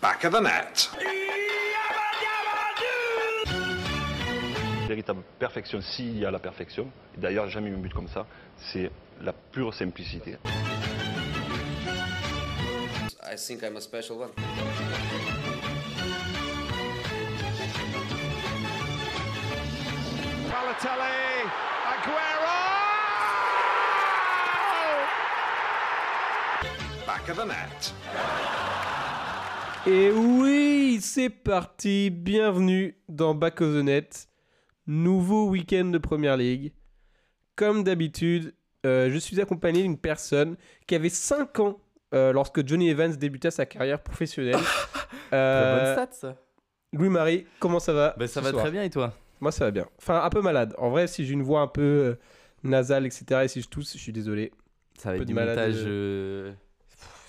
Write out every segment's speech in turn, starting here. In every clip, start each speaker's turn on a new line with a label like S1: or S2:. S1: back of the net.
S2: Véritable perfection, s'il y a la perfection, d'ailleurs j'ai jamais eu un but comme ça, c'est la pure simplicité.
S3: I think I'm a special one.
S4: Balotelli, Aguero!
S1: Back of the net.
S5: Et oui, c'est parti. Bienvenue dans Back of the Net. Nouveau week-end de Première League. Comme d'habitude, euh, je suis accompagné d'une personne qui avait 5 ans euh, lorsque Johnny Evans débuta sa carrière professionnelle. Euh,
S6: Bonne stat ça.
S5: Louis-Marie, comment ça va
S6: Bah ça
S5: ce
S6: va
S5: soir
S6: très bien et toi
S5: Moi, ça va bien. Enfin, un peu malade. En vrai, si j'ai une voix un peu euh, nasale, etc., et si je tousse, je suis désolé.
S6: Ça va
S5: Peu
S6: être
S5: de
S6: du
S5: malade,
S6: montage. euh,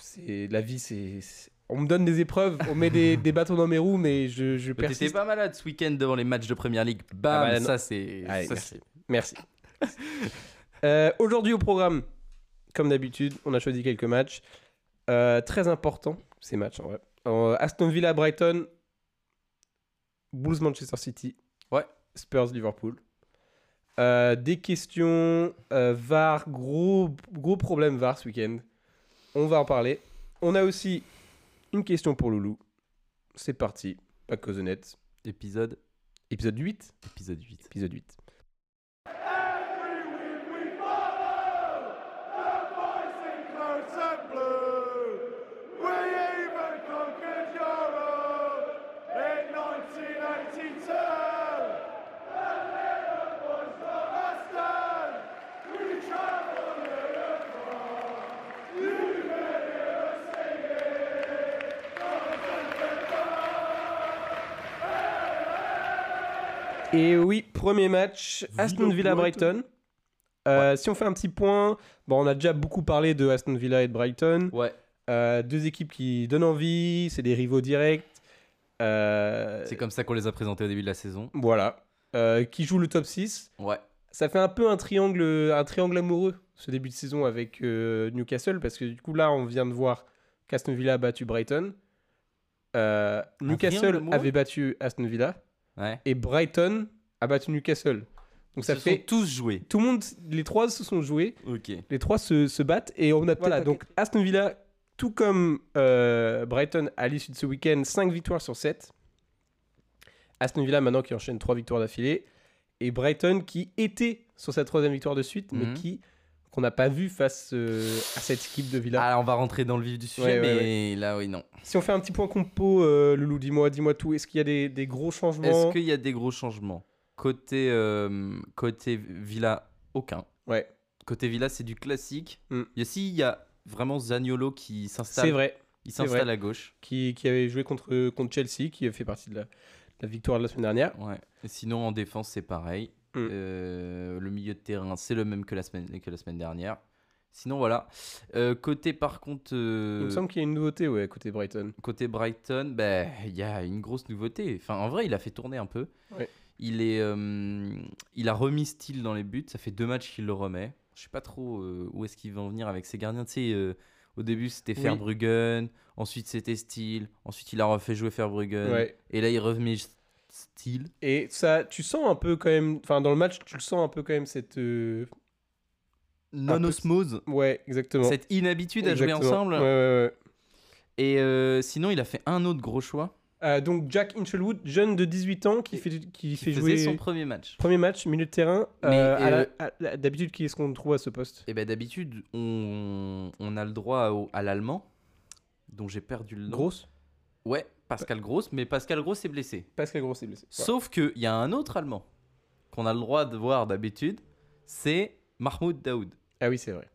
S5: C'est la vie, c'est. c'est- On me donne des épreuves, on met des, des bâtons dans mes roues, mais je, je
S6: mais T'étais
S5: persiste.
S6: pas malade ce week-end devant les matchs de Première Ligue. Bam,
S5: Ah bah, non.
S6: ça c'est.
S5: Allez,
S6: ça,
S5: merci.
S6: c'est-
S5: Merci. Euh, Aujourd'hui au programme, comme d'habitude, on a choisi quelques matchs. Euh, très importants, ces matchs en vrai. Euh, Aston Villa Brighton, Blues Manchester City,
S6: Ouais.
S5: Spurs Liverpool. Euh, des questions euh, VAR, gros, gros problème VAR ce week-end. On va en parler. On a aussi une question pour Loulou. C'est parti, pas cause honnête.
S6: Épisode,
S5: Épisode 8
S6: épisode 8.
S5: Épisode 8. Et oui, premier match, Aston Villa Brighton. Euh, Si on fait un petit point, bon, on a déjà beaucoup parlé de Aston Villa et de Brighton.
S6: Ouais,
S5: Euh, deux équipes qui donnent envie, c'est des rivaux directs. Euh,
S6: c'est comme ça qu'on les a présentés au début de la saison.
S5: Voilà. Euh, qui joue le top 6.
S6: Ouais.
S5: Ça fait un peu un triangle, un triangle amoureux ce début de saison avec euh, Newcastle parce que du coup là on vient de voir qu'Aston Villa a battu Brighton. Euh,
S6: triangle
S5: Newcastle
S6: amoureux
S5: avait battu Aston Villa
S6: Ouais.
S5: et Brighton a battu Newcastle. Donc ça
S6: Ils se
S5: fait
S6: sont tous joués.
S5: tout le monde, les trois se sont joués,
S6: Ok.
S5: les trois se, se battent et on a voilà donc Aston Villa, tout comme euh, Brighton à l'issue de ce week-end, 5 victoires sur 7. Aston Villa maintenant qui enchaîne 3 victoires d'affilée et Brighton qui était sur sa troisième victoire de suite mais
S6: Mhm.
S5: qui qu'on n'a pas vu face euh, à cette équipe de Villa.
S6: Ah, on va rentrer dans le vif du sujet,
S5: Ouais, ouais,
S6: mais là, oui, non.
S5: Si on fait un petit point compo, euh, Loulou, dis-moi, dis-moi tout. Est-ce qu'il y a des, des gros changements
S6: Est-ce qu'il y a des gros changements côté, euh, côté Villa, aucun.
S5: Ouais,
S6: Côté Villa, c'est du classique.
S5: Mm.
S6: Il y a, si, il y a vraiment Zaniolo qui
S5: c'est
S6: s'installe.
S5: vrai.
S6: Il
S5: c'est vrai.
S6: s'installe à gauche.
S5: Qui, qui avait joué contre, contre Chelsea, qui a fait partie de la, de la victoire de la semaine dernière.
S6: Ouais. Et sinon, en défense, c'est pareil.
S5: Mm.
S6: Euh, le milieu de terrain, c'est le même que la semaine, que la semaine dernière. Sinon, voilà. Euh, côté, par contre, euh,
S5: Il me semble qu'il y a une nouveauté ouais, à côté Brighton.
S6: côté Brighton, ben, il y a une grosse nouveauté. Enfin, en vrai, il a fait tourner un peu.
S5: Ouais.
S6: Il, est, euh, il a remis style dans les buts. Ça fait deux matchs qu'il le remet. Je sais pas trop euh, où est-ce qu'il va en venir avec ses gardiens. Tu sais, euh, au début, c'était
S5: Oui.
S6: Verbruggen. Ensuite, c'était Steele. Ensuite, il a refait jouer Verbruggen.
S5: Ouais.
S6: Et là, il remet Steele.
S5: Et ça, tu sens un peu quand même, enfin dans le match, tu le sens un peu quand même cette, euh,
S6: non-osmose,
S5: ouais, exactement.
S6: cette inhabitude à jouer
S5: Exactement.
S6: ensemble.
S5: Ouais, ouais, ouais.
S6: Et euh, sinon, il a fait un autre gros choix.
S5: Euh, donc Jack Inchelwood, jeune de 18 ans, qui fait, qui
S6: Qui
S5: fait
S6: faisait
S5: jouer
S6: son premier match.
S5: premier match milieu de terrain.
S6: Mais,
S5: Euh, à la-
S6: euh,
S5: à la- D'habitude, qui est-ce qu'on trouve à ce poste
S6: Et ben d'habitude, on, on a le droit au- à l'allemand, dont j'ai perdu le nom.
S5: Grosse.
S6: Ouais, Pascal Gross, mais Pascal Gross est blessé.
S5: Pascal Grosse est blessé. Ouais.
S6: Sauf qu'il y a un autre allemand qu'on a le droit de voir d'habitude, c'est Mahmoud Daoud.
S5: Ah oui, c'est vrai.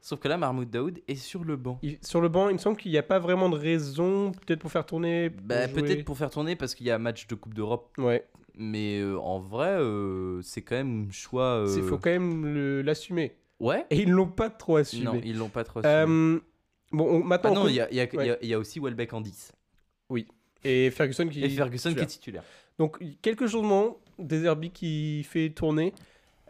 S6: Sauf que là, Mahmoud Daoud est sur le banc.
S5: Il- sur le banc, il me semble qu'il n'y a pas vraiment de raison, peut-être pour faire tourner. pour
S6: Bah,
S5: jouer.
S6: peut-être pour faire tourner parce qu'il y a un match de Coupe d'Europe,
S5: Ouais.
S6: mais euh, en vrai, euh, c'est quand même un choix. euh,
S5: Il faut quand même le- l'assumer.
S6: Ouais.
S5: Et ils l'ont pas trop assumé.
S6: Non, ils l'ont pas trop. assumé.
S5: Euh, bon, on-
S6: Ah
S5: maintenant. on
S6: non,
S5: compte-
S6: il y a, il y a- il y a-
S5: ouais.
S6: il y a aussi Welbeck en 10.
S5: Et Ferguson qui.
S6: Et Ferguson qui
S5: titulaire.
S6: est titulaire.
S5: Donc, quelques changements. Deserbi qui fait tourner.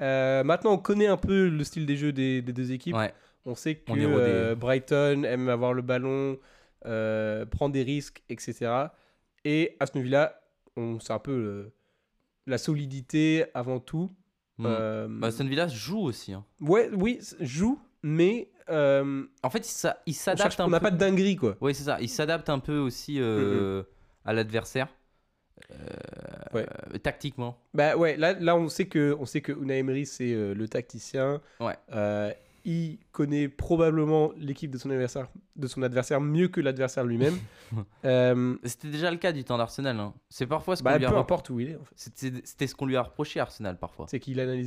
S5: Euh, maintenant, on connaît un peu le style des jeux des, des deux équipes.
S6: Ouais.
S5: On sait que
S6: On est rodé.
S5: euh, Brighton aime avoir le ballon. euh, prend des risques, etc. Et à ce niveau-là, on- c'est un peu le- la solidité avant tout.
S6: Mm.
S5: Euh,
S6: Bah, Aston Villa joue aussi. hein.
S5: ouais, oui, c- joue, mais euh,
S6: En fait, il s'a- il
S5: on cherche-
S6: s'adapte un
S5: on n'a
S6: peu.
S5: pas de dinguerie, quoi.
S6: Oui, c'est ça. Il s'adapte un peu aussi euh,
S5: Mm,
S6: à l'adversaire. euh,
S5: Ouais.
S6: euh, Tactiquement.
S5: Bah ouais, là, là on sait que on sait que Unai Emery c'est euh, le tacticien.
S6: Ouais.
S5: Euh, il connaît probablement l'équipe de son adversaire de son adversaire mieux que l'adversaire lui-même. Euh,
S6: C'était déjà le cas du temps d'Arsenal. hein. C'est parfois ce qu'on
S5: bah,
S6: lui
S5: peu
S6: a repro-
S5: importe où il est, en fait.
S6: C'était c'était ce qu'on lui a reproché à Arsenal parfois.
S5: c'est qu'il analyse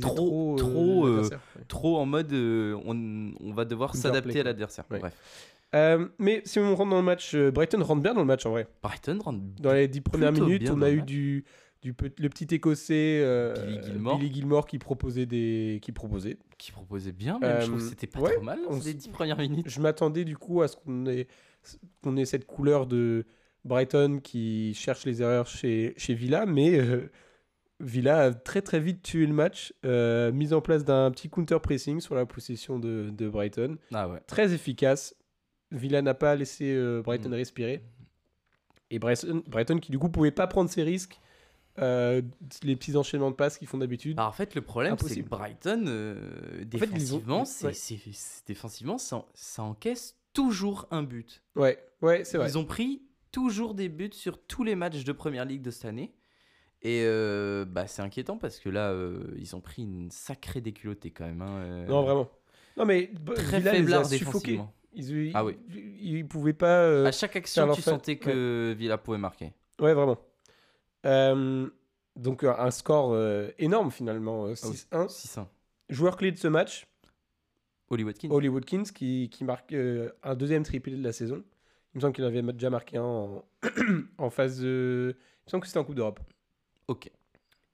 S5: trop
S6: Trop-
S5: euh,
S6: trop, euh,
S5: l'adversaire, ouais.
S6: Trop en mode euh, on, on va devoir
S5: Power
S6: s'adapter
S5: play,
S6: à
S5: quoi.
S6: l'adversaire.
S5: Ouais.
S6: Bref.
S5: Euh, mais si on rentre dans le match, euh, Brighton rentre bien dans le match en vrai.
S6: Brighton rentre
S5: Dans les dix premières
S6: Plutôt
S5: minutes,
S6: bien
S5: on
S6: dans
S5: a
S6: le
S5: eu
S6: match.
S5: du, du pe- le petit écossais euh,
S6: Billy Gilmore.
S5: Billy Gilmore qui proposait des qui proposait
S6: qui proposait bien, mais je trouve
S5: Euh,
S6: que c'était pas
S5: ouais,
S6: trop mal
S5: on
S6: les
S5: s-
S6: dix premières minutes.
S5: Je m'attendais du coup à ce qu'on ait, qu'on ait cette couleur de Brighton qui cherche les erreurs chez, chez Villa, mais euh, Villa a très très vite tué le match. euh, mise en place d'un petit counter-pressing sur la possession de, de Brighton.
S6: Ah ouais.
S5: Très efficace. Villa n'a pas laissé euh, Brighton
S6: Mm.
S5: respirer. Et Brighton, Brighton qui du coup pouvait pas prendre ses risques. euh, les petits enchaînements de passes qu'ils font d'habitude.
S6: Bah, en fait, le problème, c'est
S5: Impossible.
S6: que Brighton, euh,
S5: ils ont-
S6: défensivement, c'est-
S5: ouais.
S6: c'est- c'est- défensivement, ça, en- ça encaisse toujours un but.
S5: Ouais, ouais, c'est vrai.
S6: Ils ont pris toujours des buts sur tous les matchs de Première Ligue de cette année. Et euh, bah, c'est inquiétant parce que là, euh, ils ont pris une sacrée déculottée quand même. hein, euh,
S5: Non, vraiment. Non, mais
S6: Très
S5: Villa les a
S6: faiblard
S5: suffoqués.
S6: défensivement.
S5: Ils,
S6: Ah oui. Ah,
S5: Ils, ils pouvaient pas. euh,
S6: À chaque action,
S5: alors,
S6: tu
S5: ça-
S6: sentais que Villa pouvait marquer.
S5: Ouais, vraiment. Euh, donc euh, un score euh, énorme finalement, euh,
S6: Ah
S5: 6-1.
S6: 6-1.
S5: Joueur clé de ce match,
S6: Oli Watkins.
S5: Holly Watkins, qui, qui marque euh, un deuxième triplé de la saison. Il me semble qu'il en avait déjà marqué un en, en phase. de- Il me semble que c'était en Coupe d'Europe.
S6: Ok.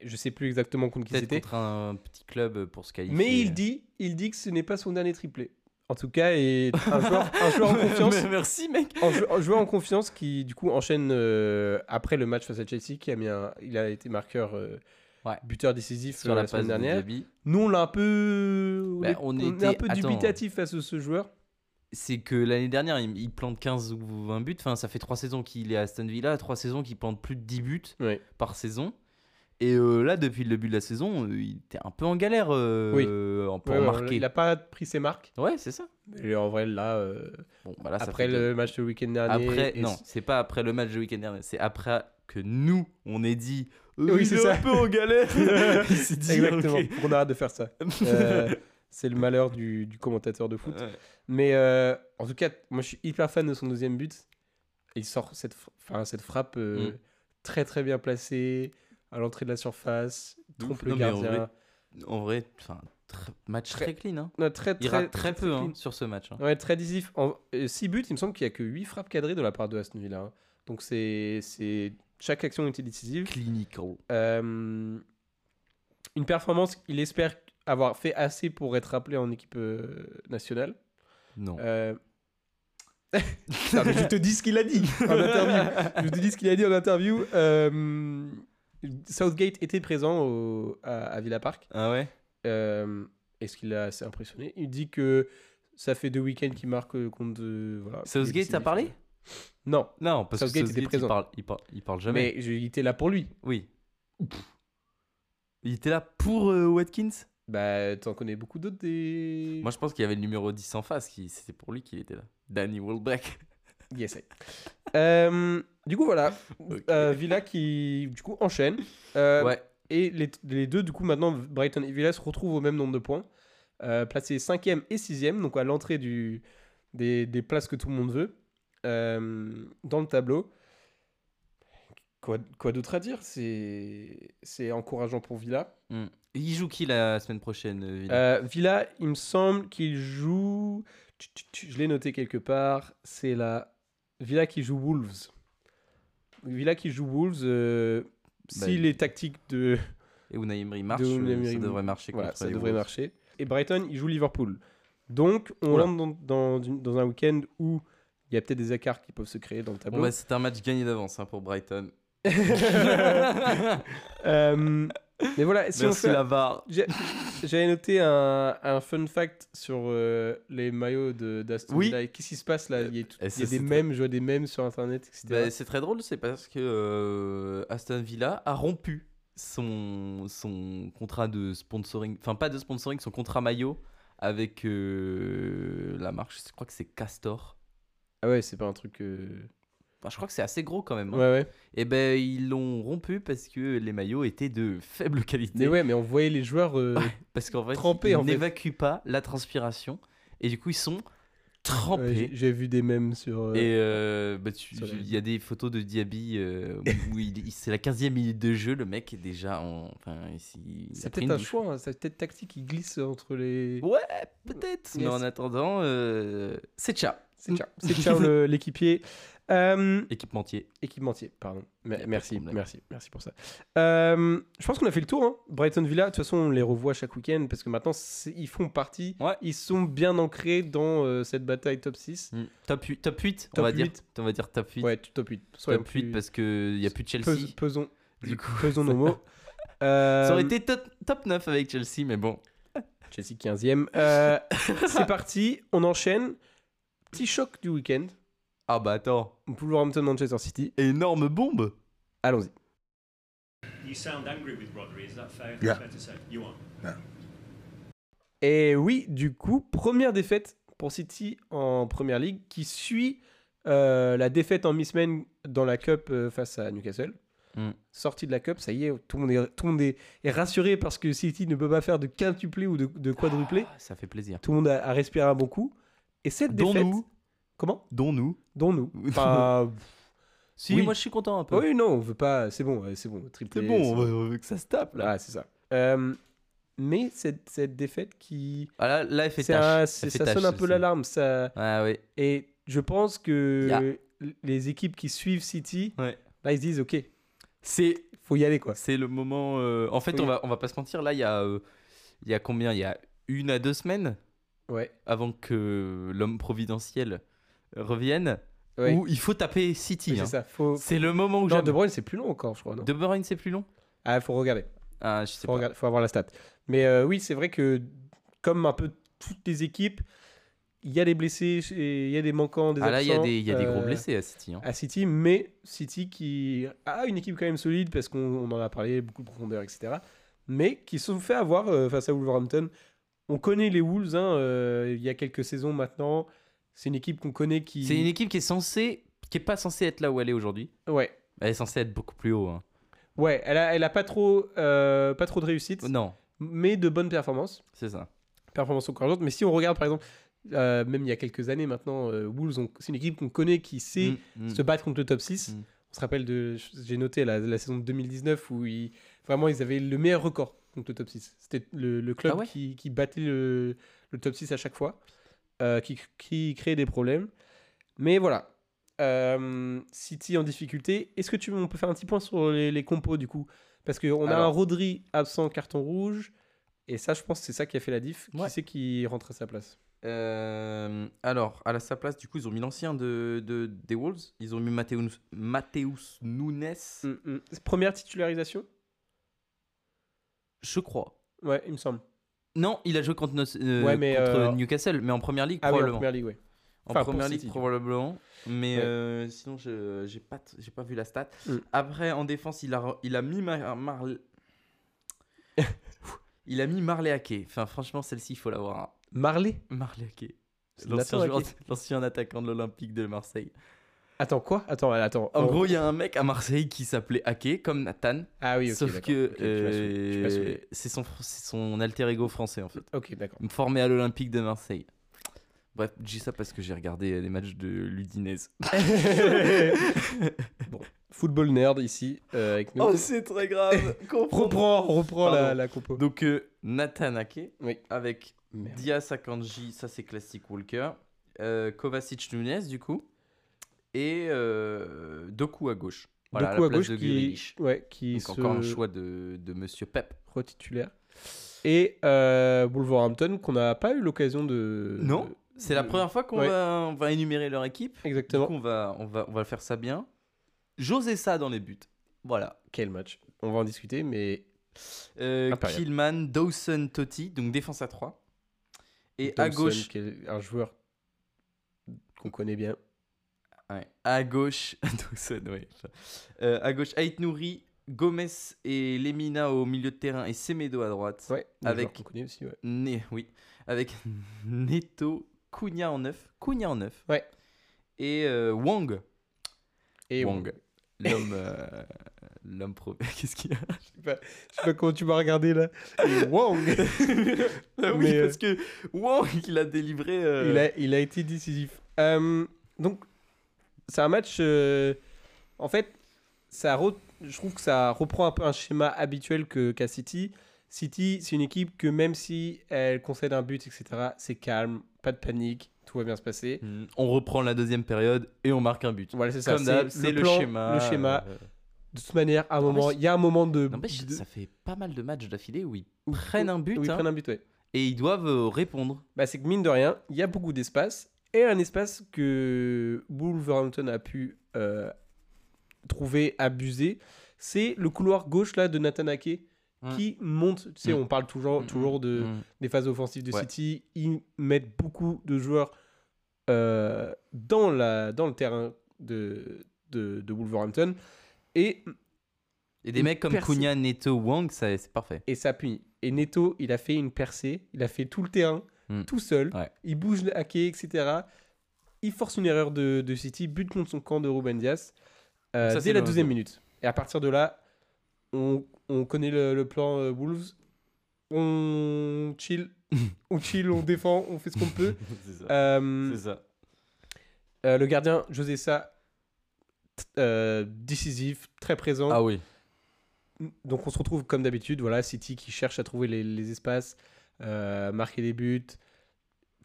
S5: Je sais plus exactement contre qui
S6: Peut-être
S5: c'était.
S6: contre un petit club pour se qualifier.
S5: Mais il dit, il dit que ce n'est pas son dernier triplé. En tout cas, et un joueur, un joueur en confiance.
S6: Mais Merci, mec.
S5: en, jou- en joueur en confiance qui du coup enchaîne euh, après le match face à Chelsea qui a mis un- il a été marqueur euh,
S6: Ouais.
S5: buteur décisif
S6: sur
S5: euh,
S6: la,
S5: la,
S6: passe
S5: semaine
S6: de
S5: dernière.
S6: Diaby,
S5: Nous on l'a un peu on
S6: Bah,
S5: est-
S6: on
S5: on est
S6: était-
S5: un peu
S6: attends.
S5: dubitatif face à ce joueur.
S6: c'est que l'année dernière, il, il plante 15 ou 20 buts. Enfin, ça fait 3 saisons qu'il est à Aston Villa, 3 saisons qu'il plante plus de 10 buts
S5: Oui.
S6: par saison. Et euh, là, depuis le début de la saison, euh, il était un peu en galère euh, en- pour
S5: Ouais, ouais,
S6: marquer.
S5: Il n'a pas pris ses marques.
S6: Ouais, c'est ça.
S5: Et en vrai là euh,
S6: Bon, bah là, ça
S5: après
S6: fait
S5: le match le week-end
S6: deux.
S5: dernier.
S6: Après,
S5: et-
S6: non, c'est pas après le match du week-end dernier, c'est après que nous, on ait dit. euh,
S5: Oui,
S6: il
S5: c'est
S6: est
S5: ça.
S6: un peu en galère. il s'est dit,
S5: Exactement.
S6: ok.
S5: On arrête de faire ça. Euh, C'est le malheur du, du commentateur de foot.
S6: Ouais.
S5: Mais euh, en tout cas, moi je suis hyper fan de son deuxième but. Il sort cette, fr- enfin, cette frappe euh,
S6: Mm.
S5: très très bien placée à l'entrée de la surface,
S6: Ouf,
S5: trompe le
S6: non, mais en
S5: gardien.
S6: En vrai, enfin, tr- match très,
S5: Très-
S6: clean. hein.
S5: Non, très,
S6: Il
S5: très,
S6: rate très, peu hein,
S5: clean.
S6: sur ce match. hein.
S5: Ouais, très décisif. En 6 buts, il me semble qu'il n'y a que 8 frappes cadrées de la part de Aston Villa. hein. Donc c'est c'est- chaque action était décisive.
S6: Clinical.
S5: Euh, une performance qu'il espère avoir fait assez pour être rappelé en équipe euh, nationale.
S6: Non.
S5: Euh, Non, mais je te dis ce qu'il a dit en interview. Je te dis ce qu'il a dit en interview. Euh, Southgate était présent au- à, à Villa Park.
S6: Ah ouais
S5: Euh, Est-ce qu'il a assez impressionné Il dit que ça fait deux week-ends qu'il marque euh, contre. euh, voilà,
S6: Southgate
S5: Il-
S6: a parlé
S5: Non,
S6: Non, parce
S5: Southgate
S6: que
S5: était
S6: Southgate,
S5: présent.
S6: Il, parle, il, parle, il parle jamais.
S5: mais je- il était là pour lui.
S6: Oui. Il était là pour euh, Watkins
S5: Bah, t'en connais beaucoup d'autres des.
S6: Moi, je pense qu'il y avait le numéro 10 en face. qui- C'était pour lui qu'il était là. Danny Welbeck.
S5: Yes, I- Euh, du coup, voilà.
S6: Ok.
S5: Euh, Villa qui, du coup, enchaîne. Euh,
S6: ouais.
S5: Et les, les deux, du coup, maintenant, Brighton et Villa se retrouvent au même nombre de points, euh, placés 5e et 6e, donc à l'entrée du- des, des places que tout le monde veut, euh, dans le tableau. Quoi, quoi d'autre à dire C'est c'est encourageant pour Villa.
S6: Mm. Il joue qui la semaine prochaine euh, Villa
S5: Euh, Villa, il me semble qu'il joue. tu, tu, tu, Je l'ai noté quelque part. C'est la Villa qui joue Wolves. Villa qui joue Wolves. euh,
S6: Bah,
S5: si
S6: il-
S5: les tactiques de
S6: Et Unai Emery marche.
S5: de Unai
S6: euh,
S5: Emery-
S6: ça devrait marcher.
S5: Voilà,
S6: contre
S5: ça
S6: les
S5: devrait
S6: Wolves.
S5: marcher. Et Brighton, il joue Liverpool. Donc, on
S6: Oula.
S5: rentre dans, dans, une- dans un week-end où il y a peut-être des écarts qui peuvent se créer dans le
S6: Bon,
S5: tableau.
S6: bah, c'est un match gagné d'avance hein, pour Brighton.
S5: Euh, mais voilà, si on
S6: Merci
S5: fait...
S6: la VAR.
S5: J'ai- j'avais noté un, un fun fact sur euh, les maillots de- d'Aston
S6: Oui.
S5: Villa. Qu'est-ce qui se passe là Il y a, tout-
S6: Eh,
S5: il
S6: ça,
S5: y a
S6: c'est
S5: des mèmes, je vois des mèmes sur internet, etc.
S6: Bah, c'est très drôle, c'est parce que euh, Aston Villa a rompu son, son contrat de sponsoring, enfin pas de sponsoring, son contrat maillot avec euh, la marque, je crois que c'est Castor.
S5: ah ouais, c'est pas un truc. euh,
S6: Enfin, je crois que c'est assez gros quand même. hein.
S5: Ouais, ouais.
S6: Et ben ils l'ont rompu parce que les maillots étaient de faible qualité.
S5: Mais ouais, mais on voyait les joueurs. euh,
S6: parce qu'en fait,
S5: Trempés,
S6: ils
S5: en fait.
S6: n'évacuent pas la transpiration et du coup ils sont trempés.
S5: ouais, j'ai- J'ai vu des mèmes sur. euh,
S6: Et euh, bah, tu-
S5: Sur la-
S6: il y a des photos de Diaby euh, où il, il- c'est la 15e minute de jeu, le mec est déjà en. Enfin, il, il a
S5: c'est
S6: pris
S5: peut-être
S6: une
S5: un
S6: douche.
S5: choix, hein, c'est peut-être tactique, il glisse entre les.
S6: Ouais, peut-être. Mais
S5: Yes.
S6: en attendant, euh, c'est Tcha,
S5: C'est ciao, c'est ciao le- l'équipier. Euh,
S6: équipementier.
S5: Équipementier, pardon.
S6: Y a pas
S5: Me-
S6: de
S5: Merci,
S6: problème.
S5: merci, merci pour ça. Euh, je pense qu'on a fait le tour. hein. Brighton Villa, de toute façon, on les revoit chaque week-end parce que maintenant, c'est- ils font partie.
S6: Ouais.
S5: Ils sont bien ancrés dans euh, cette bataille top 6.
S6: Mm. Top 8, top 8 on
S5: Top
S6: va dire.
S5: huit.
S6: On va dire top 8.
S5: Ouais, tu- top 8. Soyons
S6: top 8
S5: plus-
S6: parce qu'il n'y a plus de Chelsea.
S5: pes- pesons,
S6: Du coup,
S5: pesons nos mots. Euh,
S6: ça aurait été top, top 9 avec Chelsea, mais bon.
S5: Chelsea 15e. Euh, c'est parti, on enchaîne. Petit choc du week-end.
S6: Ah bah attends,
S5: Wolverhampton Manchester City.
S6: énorme bombe
S5: Allons-y.
S7: You sound angry with Rodri, is that fair?
S8: Yeah.
S7: Fair to say? You are.
S5: Et oui, du coup, première défaite pour City en Première Ligue qui suit euh, la défaite en mi-semaine dans la Cup euh, face à Newcastle.
S6: Mm.
S5: Sortie de la Cup, ça y est, tout le monde, est, tout le monde est, est rassuré parce que City ne peut pas faire de quintuplé ou de, de quadruplé.
S6: Ah, Ça fait plaisir.
S5: Tout le monde a, a respiré un bon coup. Et cette
S6: Dont
S5: défaite...
S6: nous.
S5: Comment
S6: Dont nous.
S5: Dont nous. Enfin,
S6: Si,
S5: Oui.
S6: moi je suis content un peu.
S5: Ah oui, non, on veut pas... C'est bon, ouais, c'est bon, triplé.
S6: C'est bon,
S5: c'est
S6: on veut- on veut que ça se tape là.
S5: Ah, c'est ça. Euh, mais cette, cette défaite qui...
S6: Ah là, là, elle fait
S5: c'est
S6: tâche.
S5: un-
S6: Elle
S5: c'est-
S6: fait
S5: ça
S6: tâche,
S5: sonne un peu
S6: celle-ci.
S5: l'alarme, ça...
S6: Ah oui.
S5: Et je pense que
S6: Yeah.
S5: l- les équipes qui suivent City,
S6: Ouais.
S5: là, ils se disent, OK,
S6: C'est,
S5: faut y aller, quoi.
S6: c'est le moment. euh, En fait,
S5: Oui.
S6: on, va, on va pas se mentir. Là, il y, a, euh, il y a combien Il y a une à deux semaines
S5: Ouais.
S6: avant que l'homme providentiel revienne
S5: ouais.
S6: où il faut taper
S5: Ouais,
S6: City. hein.
S5: c'est ça. Faut...
S6: C'est le moment où
S5: Non,
S6: j'aime.
S5: De Bruyne, c'est plus long encore, je crois. Non
S6: De Bruyne, c'est plus long
S5: Ah, faut regarder.
S6: Ah, je sais
S5: Faut,
S6: pas.
S5: regarder- faut avoir la stat. Mais euh, oui, c'est vrai que, comme un peu toutes les équipes, il y a des blessés, et il y a des manquants, des
S6: Ah là, il y a
S5: absents,
S6: des, il y a des gros
S5: euh,
S6: blessés à City. hein.
S5: à City, mais City qui a une équipe quand même solide parce qu'on on en a parlé, beaucoup de profondeur, etc. Mais qui se sont fait avoir euh, face à Wolverhampton. On connaît les Wolves hein, euh, il y a quelques saisons maintenant. C'est une équipe qu'on connaît qui.
S6: C'est une équipe qui est censée, qui est pas censée être là où elle est aujourd'hui.
S5: Ouais.
S6: Elle est censée être beaucoup plus haut. hein.
S5: Ouais, elle a, elle a pas, trop, euh, pas trop de réussite,
S6: Non,
S5: mais de bonnes performances.
S6: c'est ça.
S5: Performances encourageantes. Mais si on regarde par exemple, euh, même il y a quelques années maintenant, euh, Wolves, on- c'est une équipe qu'on connaît qui sait
S6: Mm, mm.
S5: se battre contre le top 6.
S6: Mm.
S5: On se rappelle de, j'ai noté la, la saison de 2019 où ils, vraiment ils avaient le meilleur record contre le top 6. C'était le, le club
S6: Ah ouais
S5: qui, qui battait le, le top 6 à chaque fois, euh, qui, qui créait des problèmes. Mais voilà, Euh, City en difficulté. Est-ce que tu on peut faire un petit point sur les, les compos du coup Parce qu'on a
S6: Alors.
S5: un Rodri absent carton rouge. Et ça, je pense que c'est ça qui a fait la diff.
S6: Ouais.
S5: Qui c'est qui rentre à sa place
S6: Euh, alors, à la sa place, du coup, ils ont mis l'ancien de, de- des Wolves. Ils ont mis Mateus, Mateus Nunes,
S5: Mm, mm. Première titularisation
S6: je crois.
S5: Ouais, il me semble.
S6: Non, il a joué contre, nos- euh,
S5: Ouais, mais,
S6: contre
S5: euh,
S6: Newcastle, mais en première ligue,
S5: Ah oui, en
S6: probablement.
S5: première ligue, ouais.
S6: en
S5: enfin, pour
S6: première
S5: City,
S6: ligue,
S5: du coup.
S6: probablement. Mais
S5: Ouais.
S6: euh, sinon, je j'ai pas, t- j'ai pas vu la stat.
S5: Mm.
S6: Après, en défense, il a, re- il a mis Mar- Marle- il a mis Marley Hake. Enfin, franchement, celle-ci, il faut l'avoir. hein.
S5: Marley
S6: Marley Hake.
S5: C'est
S6: L'ancien
S5: Nathan
S6: joueur-
S5: Ake.
S6: l'ancien attaquant de l'Olympique de Marseille.
S5: Attends, quoi Attends, attends. oh.
S6: En
S5: on-
S6: gros, il y a un mec à Marseille qui s'appelait Ake, comme Nathan.
S5: Ah oui, ok.
S6: sauf
S5: d'accord.
S6: que
S5: Ok, tu m'as saoulé, tu m'as saoulé.
S6: euh, c'est son, fr- c'est son alter ego français, en fait.
S5: Ok, d'accord.
S6: Formé à l'Olympique de Marseille. Bref, je dis ça parce que j'ai regardé euh, les matchs de l'Udinese.
S5: Football nerd ici, euh, avec nous.
S6: oh, c'est très grave. Comprends.
S5: reprends, reprends la,
S6: Pardon.
S5: la compo.
S6: Donc, euh, Nathan Ake,
S5: Oui.
S6: avec
S5: Merde.
S6: Diaz Akanji, ça c'est classique Walker. Euh, Kovacic Nunes, du coup. Et euh, Doku à gauche. Voilà, à
S5: Doku
S6: la
S5: à
S6: place
S5: gauche
S6: de
S5: qui,
S6: Grealish.
S5: ouais, qui
S6: Donc,
S5: se
S6: encore un choix de, de Monsieur Pep.
S5: retitulaire. Et euh, Wolverhampton, qu'on n'a pas eu l'occasion de.
S6: Non, C'est la
S5: de-
S6: première fois qu'on
S5: Mm. Ouais.
S6: va, on va énumérer leur équipe. Du
S5: Exactement.
S6: coup, on va, on va, on va faire ça bien. J'osais ça dans les buts. Voilà.
S5: Quel match On va en discuter, mais
S6: Euh,
S5: Impérial.
S6: Killman, Dawson Totti, donc défense à 3. Et à
S5: Thompson,
S6: gauche,
S5: qui est un joueur qu'on connaît bien.
S6: Ouais. À gauche, Dawson, ouais. Euh, à gauche, Ait Nouri, Gomez et Lemina au milieu de terrain et Semedo à droite.
S5: Ouais, des
S6: Avec-
S5: joueurs qu'on connaît aussi, ouais.
S6: Né, oui, avec Neto, Cunha en 9, Cunha en 9.
S5: Ouais.
S6: Et euh, Wang,
S5: Et
S6: Wang, l'homme euh, l'homme pro. Qu'est-ce qu'il y a
S5: Je sais pas comment tu m'as regardé là. Et Wong
S6: Ah Oui,
S5: Mais, euh,
S6: parce que Wang, il a délivré euh,
S5: il, a, il a été décisif. Euh, donc, c'est un match. euh, en fait, ça re- je trouve que ça reprend un peu un schéma habituel que- qu'a City. City, c'est une équipe que même si elle concède un but, etc., c'est calme, pas de panique, tout va bien se passer.
S6: Mm, On reprend la deuxième période et on marque un but.
S5: Voilà, c'est ça.
S6: Comme d'hab,
S5: c'est
S6: c'est le,
S5: plan,
S6: schéma.
S5: Le schéma.
S6: euh,
S5: De toute manière, à un
S6: Non, mais
S5: moment,
S6: c'est-
S5: il y a un moment de.
S6: N'empêche,
S5: de-
S6: ça fait pas mal de matchs d'affilée où ils
S5: où-
S6: prennent un but
S5: où ils
S6: hein,
S5: prennent un but, ouais.
S6: et ils doivent euh, répondre.
S5: bah, c'est que mine de rien, il y a beaucoup d'espace et un espace que Wolverhampton a pu euh, trouver, abuser, c'est le couloir gauche là de Nathan Ake
S6: Mm.
S5: qui monte. Tu sais,
S6: Mm.
S5: on parle toujours,
S6: Mm,
S5: toujours de,
S6: mm.
S5: des phases offensives de
S6: Ouais.
S5: City. Ils mettent beaucoup de joueurs euh, dans, la, dans le terrain de, de, de Wolverhampton et,
S6: Et des mecs comme
S5: Perse-
S6: Cunha, Neto, Wang, ça- c'est parfait.
S5: et ça punit. Et Neto, il a fait une percée, il a fait tout le terrain,
S6: Mm.
S5: tout seul.
S6: Ouais.
S5: Il bouge le hacké, etc. Il force une erreur de, de City, but contre son camp de Ruben Dias euh,
S6: Ça, c'est
S5: dès la
S6: le-
S5: 12e minute. Et à partir de là, on, on connaît le, le plan euh, Wolves. On chill, on chill, on défend, on fait ce qu'on peut.
S6: c'est ça.
S5: Euh,
S6: ça.
S5: euh, le gardien, José Sa, t- euh, décisif, très présent.
S6: Ah oui.
S5: Donc on se retrouve comme d'habitude, voilà, City qui cherche à trouver les, les espaces, euh, marquer des buts,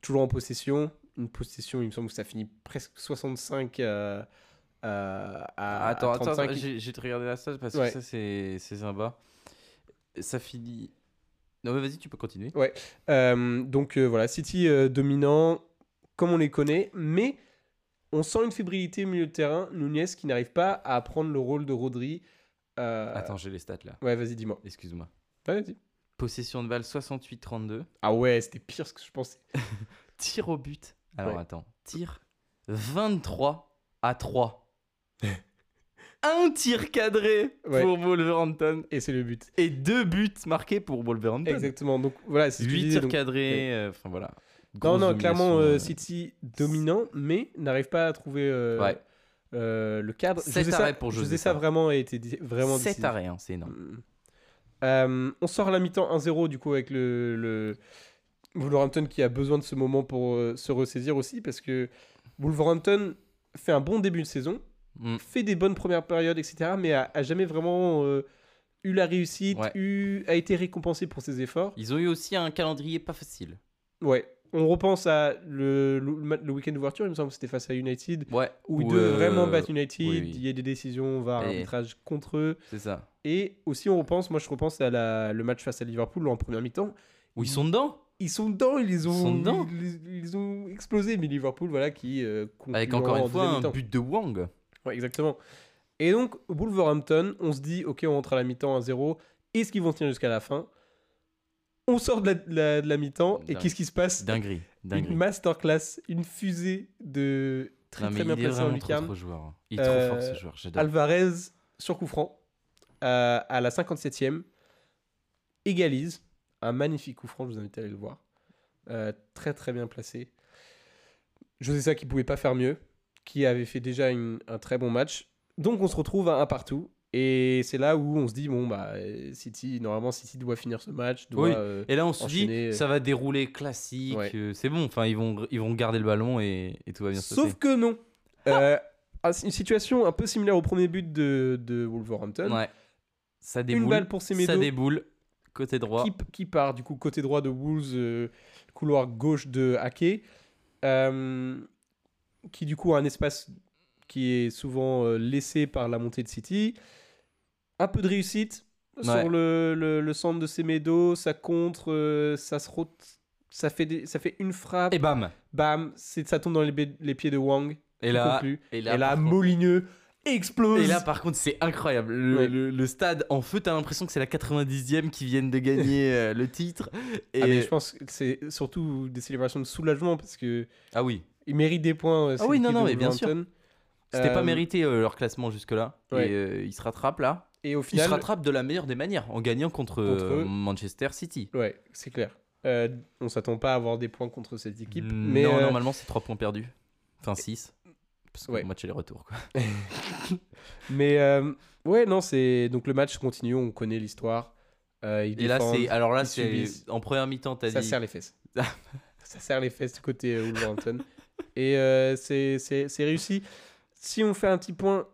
S5: toujours en possession. Une possession, il me semble que ça finit presque 65 euh, euh, à,
S6: attends,
S5: à 35.
S6: attends, j'ai j'ai regardé la stage parce
S5: Ouais.
S6: que ça, c'est c'est sympa. Ça finit. Non, mais vas-y, tu peux continuer.
S5: Euh, donc euh, voilà, City euh, dominant, comme on les connaît, mais on sent une fébrilité au milieu de terrain. Nunez qui n'arrive pas à prendre le rôle de Rodri. euh,
S6: Attends, j'ai les stats là.
S5: Ouais, vas-y, dis-moi.
S6: Excuse-moi.
S5: Ouais, vas-y.
S6: Possession de balle 68-32.
S5: Ah ouais, c'était pire ce que je pensais.
S6: Tir au but. Alors
S5: Ouais.
S6: attends. Tir 23 à 3. Un tir cadré
S5: Ouais.
S6: pour Wolverhampton
S5: Et c'est le but.
S6: et deux buts marqués pour Wolverhampton.
S5: Exactement. Donc voilà, c'est ce que je
S6: 8
S5: disais.
S6: tirs
S5: donc-
S6: cadrés. euh, Enfin voilà.
S5: Non,
S6: Grosse
S5: non, clairement,
S6: domination,
S5: euh,
S6: euh,
S5: City dominant, mais n'arrive pas à trouver euh,
S6: Ouais.
S5: euh, le cadre.
S6: Sept
S5: José Sa-
S6: arrêts pour José
S5: José
S6: Sa.
S5: Sa vraiment a été dé- vraiment
S6: 7
S5: décisif.
S6: arrêts, hein, c'est énorme.
S5: Mm. Euh, on sort à la mi-temps 1-0 du coup avec le, le Wolverhampton qui a besoin de ce moment pour euh, se ressaisir aussi parce que Wolverhampton fait un bon début de saison,
S6: Mm.
S5: fait des bonnes premières périodes, etc., mais a, a jamais vraiment euh, eu la réussite,
S6: Ouais.
S5: eu- a été récompensé pour ses efforts.
S6: Ils ont eu aussi un calendrier pas facile.
S5: Ouais. On repense à le, le, ma- le week-end d'ouverture, il me semble que c'était face à United,
S6: Ouais.
S5: où ils
S6: ou,
S5: devaient
S6: euh,
S5: vraiment battre United,
S6: oui, oui.
S5: il y a des décisions, var,
S6: Et-
S5: arbitrage contre eux.
S6: C'est ça.
S5: Et aussi, on repense, moi je repense à la, le match face à Liverpool en première mi-temps.
S6: Où
S5: Mm.
S6: ils sont dedans
S5: Ils sont dedans, ils les ont,
S6: Ils sont dedans.
S5: ils, ils- ils ont explosé, mais Liverpool, voilà, qui. euh, conclut
S6: Avec encore
S5: en
S6: une fois
S5: deuxième
S6: un
S5: mi-temps.
S6: but de Wang.
S5: Ouais, exactement. Et donc, Wolverhampton, on se dit, ok, on rentre à la mi-temps à 0. Est-ce qu'ils vont tenir jusqu'à la fin On sort de la, de la- de la mi-temps, et
S6: Dingue.
S5: qu'est-ce qui se passe
S6: Dinguerie. Dinguerie.
S5: Une masterclass, une fusée de très
S6: Non, mais
S5: très bien
S6: il est
S5: placé en
S6: vraiment trop,
S5: lucarne.
S6: trop joueur. hein. Il est trop fort
S5: Euh,
S6: ce joueur, j'adore.
S5: Alvarez sur coup franc euh, à la 57e égalise un magnifique coup franc, je vous invite à aller le voir. Euh, très très bien placé. José Sa qui pouvait pas faire mieux, qui avait fait déjà une- un très bon match. Donc on se retrouve à un partout et c'est là où on se dit bon bah euh, City normalement City doit finir ce match, doit
S6: Oui.
S5: euh,
S6: Et là, on se
S5: enchaîner, euh,
S6: dit, ça va dérouler classique.
S5: Ouais.
S6: euh, c'est bon, enfin, ils vont, ils vont garder le ballon et, et tout va bien se passer.
S5: Sauf que non. Euh, ah, c'est une situation un peu similaire au premier but de, de Wolverhampton.
S6: Ouais. Ça
S5: une
S6: déboule.
S5: balle pour Semedo
S6: ça déboule. Côté droit.
S5: qui, qui part du coup côté droit de Wolves, euh, couloir gauche de Hake, euh, qui du coup a un espace qui est souvent euh, laissé par la montée de City. Un peu de réussite
S6: Ouais.
S5: sur le, le- le centre de Semedo, ça contre, euh, ça se rote, ça fait, des- ça fait une frappe,
S6: Et bam
S5: bam, c'est- ça tombe dans les, ba- les pieds de Wang.
S6: Et
S5: qui
S6: là,
S5: conclut.
S6: et
S5: Et là,
S6: par contre,
S5: Molineux explose.
S6: Et là, par contre, c'est incroyable. Le,
S5: Ouais.
S6: le- le stade en feu, t'as l'impression que c'est la 90e qui viennent de gagner euh, le titre. Et...
S5: Ah, mais je pense que c'est surtout des célébrations de soulagement parce que
S6: Ah oui,
S5: ils méritent des points. euh, cette
S6: Ah oui, non,
S5: équipe
S6: non,
S5: de
S6: mais bien sûr.
S5: Wolverhampton.
S6: c'était
S5: Euh,
S6: pas mérité euh, leur classement jusque-là.
S5: ouais.
S6: Et euh, ils se rattrapent là.
S5: Et au
S6: Ils se
S5: final,
S6: rattrapent de la meilleure des manières en gagnant contre,
S5: Contre
S6: euh,
S5: eux.
S6: Manchester City.
S5: ouais, c'est clair. Euh, on s'attend pas à avoir des points contre cette équipe, mais
S6: Mm, non,
S5: euh,
S6: normalement, c'est 3 points perdus. Enfin, 6. Parce que
S5: Ouais.
S6: le match aller-retour. quoi.
S5: mais euh, ouais, non, c'est donc le match continue. On connaît l'histoire. Euh, ils
S6: Et là,
S5: défendent,
S6: c'est. Alors là,
S5: ils
S6: c'est.
S5: subissent.
S6: En première mi-temps, t'as
S5: ça
S6: dit.
S5: serre les fesses.
S6: Ah.
S5: ça serre les fesses du côté euh, Wolverhampton. Et euh, c'est c'est- c'est réussi. Si on fait un petit point,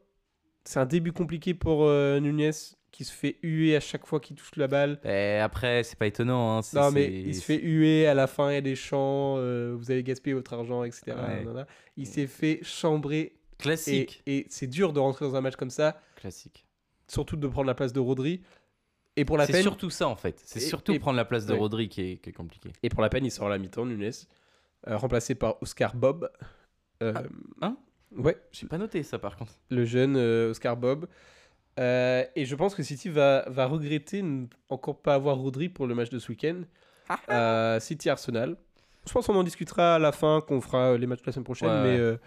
S5: c'est un début compliqué pour euh, Nunez qui se fait huer à chaque fois qu'il touche la balle.
S6: Eh, après, c'est pas étonnant. hein, c'est-
S5: Non, mais
S6: c'est-
S5: il se fait huer à la fin, il y a des chants, euh, vous avez gaspillé votre argent, etc. nanana. Il s'est fait chambrer et,
S6: Classique.
S5: et c'est dur de rentrer dans un match comme ça,
S6: Classique.
S5: surtout de prendre la place de Rodri. Et pour la
S6: C'est
S5: peine,
S6: surtout ça en fait. C'est
S5: Et-
S6: surtout
S5: et-
S6: prendre la place de
S5: ouais.
S6: Rodri qui est, qui est compliqué.
S5: et pour la peine, il sort à la mi-temps, Nunes, euh, remplacé par Oscar Bob. Euh,
S6: hein
S5: Ouais,
S6: J'ai pas noté ça par contre.
S5: le jeune euh, Oscar Bob. Euh, et je pense que City va, va regretter de ne encore pas avoir Rodri pour le match de ce week-end.
S6: Ah.
S5: Euh, City Arsenal. Je pense qu'on en discutera à la fin, qu'on fera euh, les matchs la semaine prochaine.
S6: Ouais,
S5: mais
S6: ouais.
S5: euh,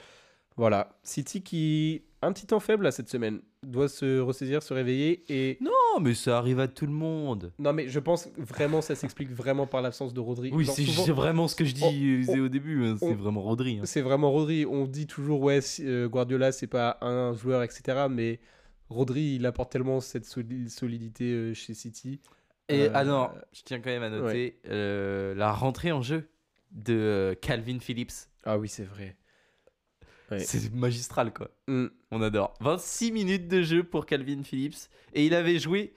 S5: voilà, City qui a un petit temps faible là, cette semaine doit se ressaisir, se réveiller. Et
S6: Non, mais ça arrive à tout le monde.
S5: non, mais je pense vraiment ça s'explique vraiment par l'absence de Rodri.
S6: Oui,
S5: Genre,
S6: c'est
S5: souvent, Oh,
S6: c'est vraiment ce que je
S5: on-
S6: dis euh,
S5: on-
S6: au début. hein, C'est
S5: on-
S6: vraiment Rodri. hein.
S5: C'est vraiment Rodri. On dit toujours, ouais, si- euh, Guardiola, c'est pas un joueur, etc. Mais Rodri, il apporte tellement cette soli- solidité euh, chez City.
S6: Et
S5: Euh,
S6: ah non, je tiens quand même à noter euh, la rentrée en jeu de euh, Calvin Phillips.
S5: Ah oui, c'est vrai. Ouais.
S6: C'est magistral quoi.
S5: Mm.
S6: On adore. 26 minutes de jeu pour Calvin Phillips et il avait joué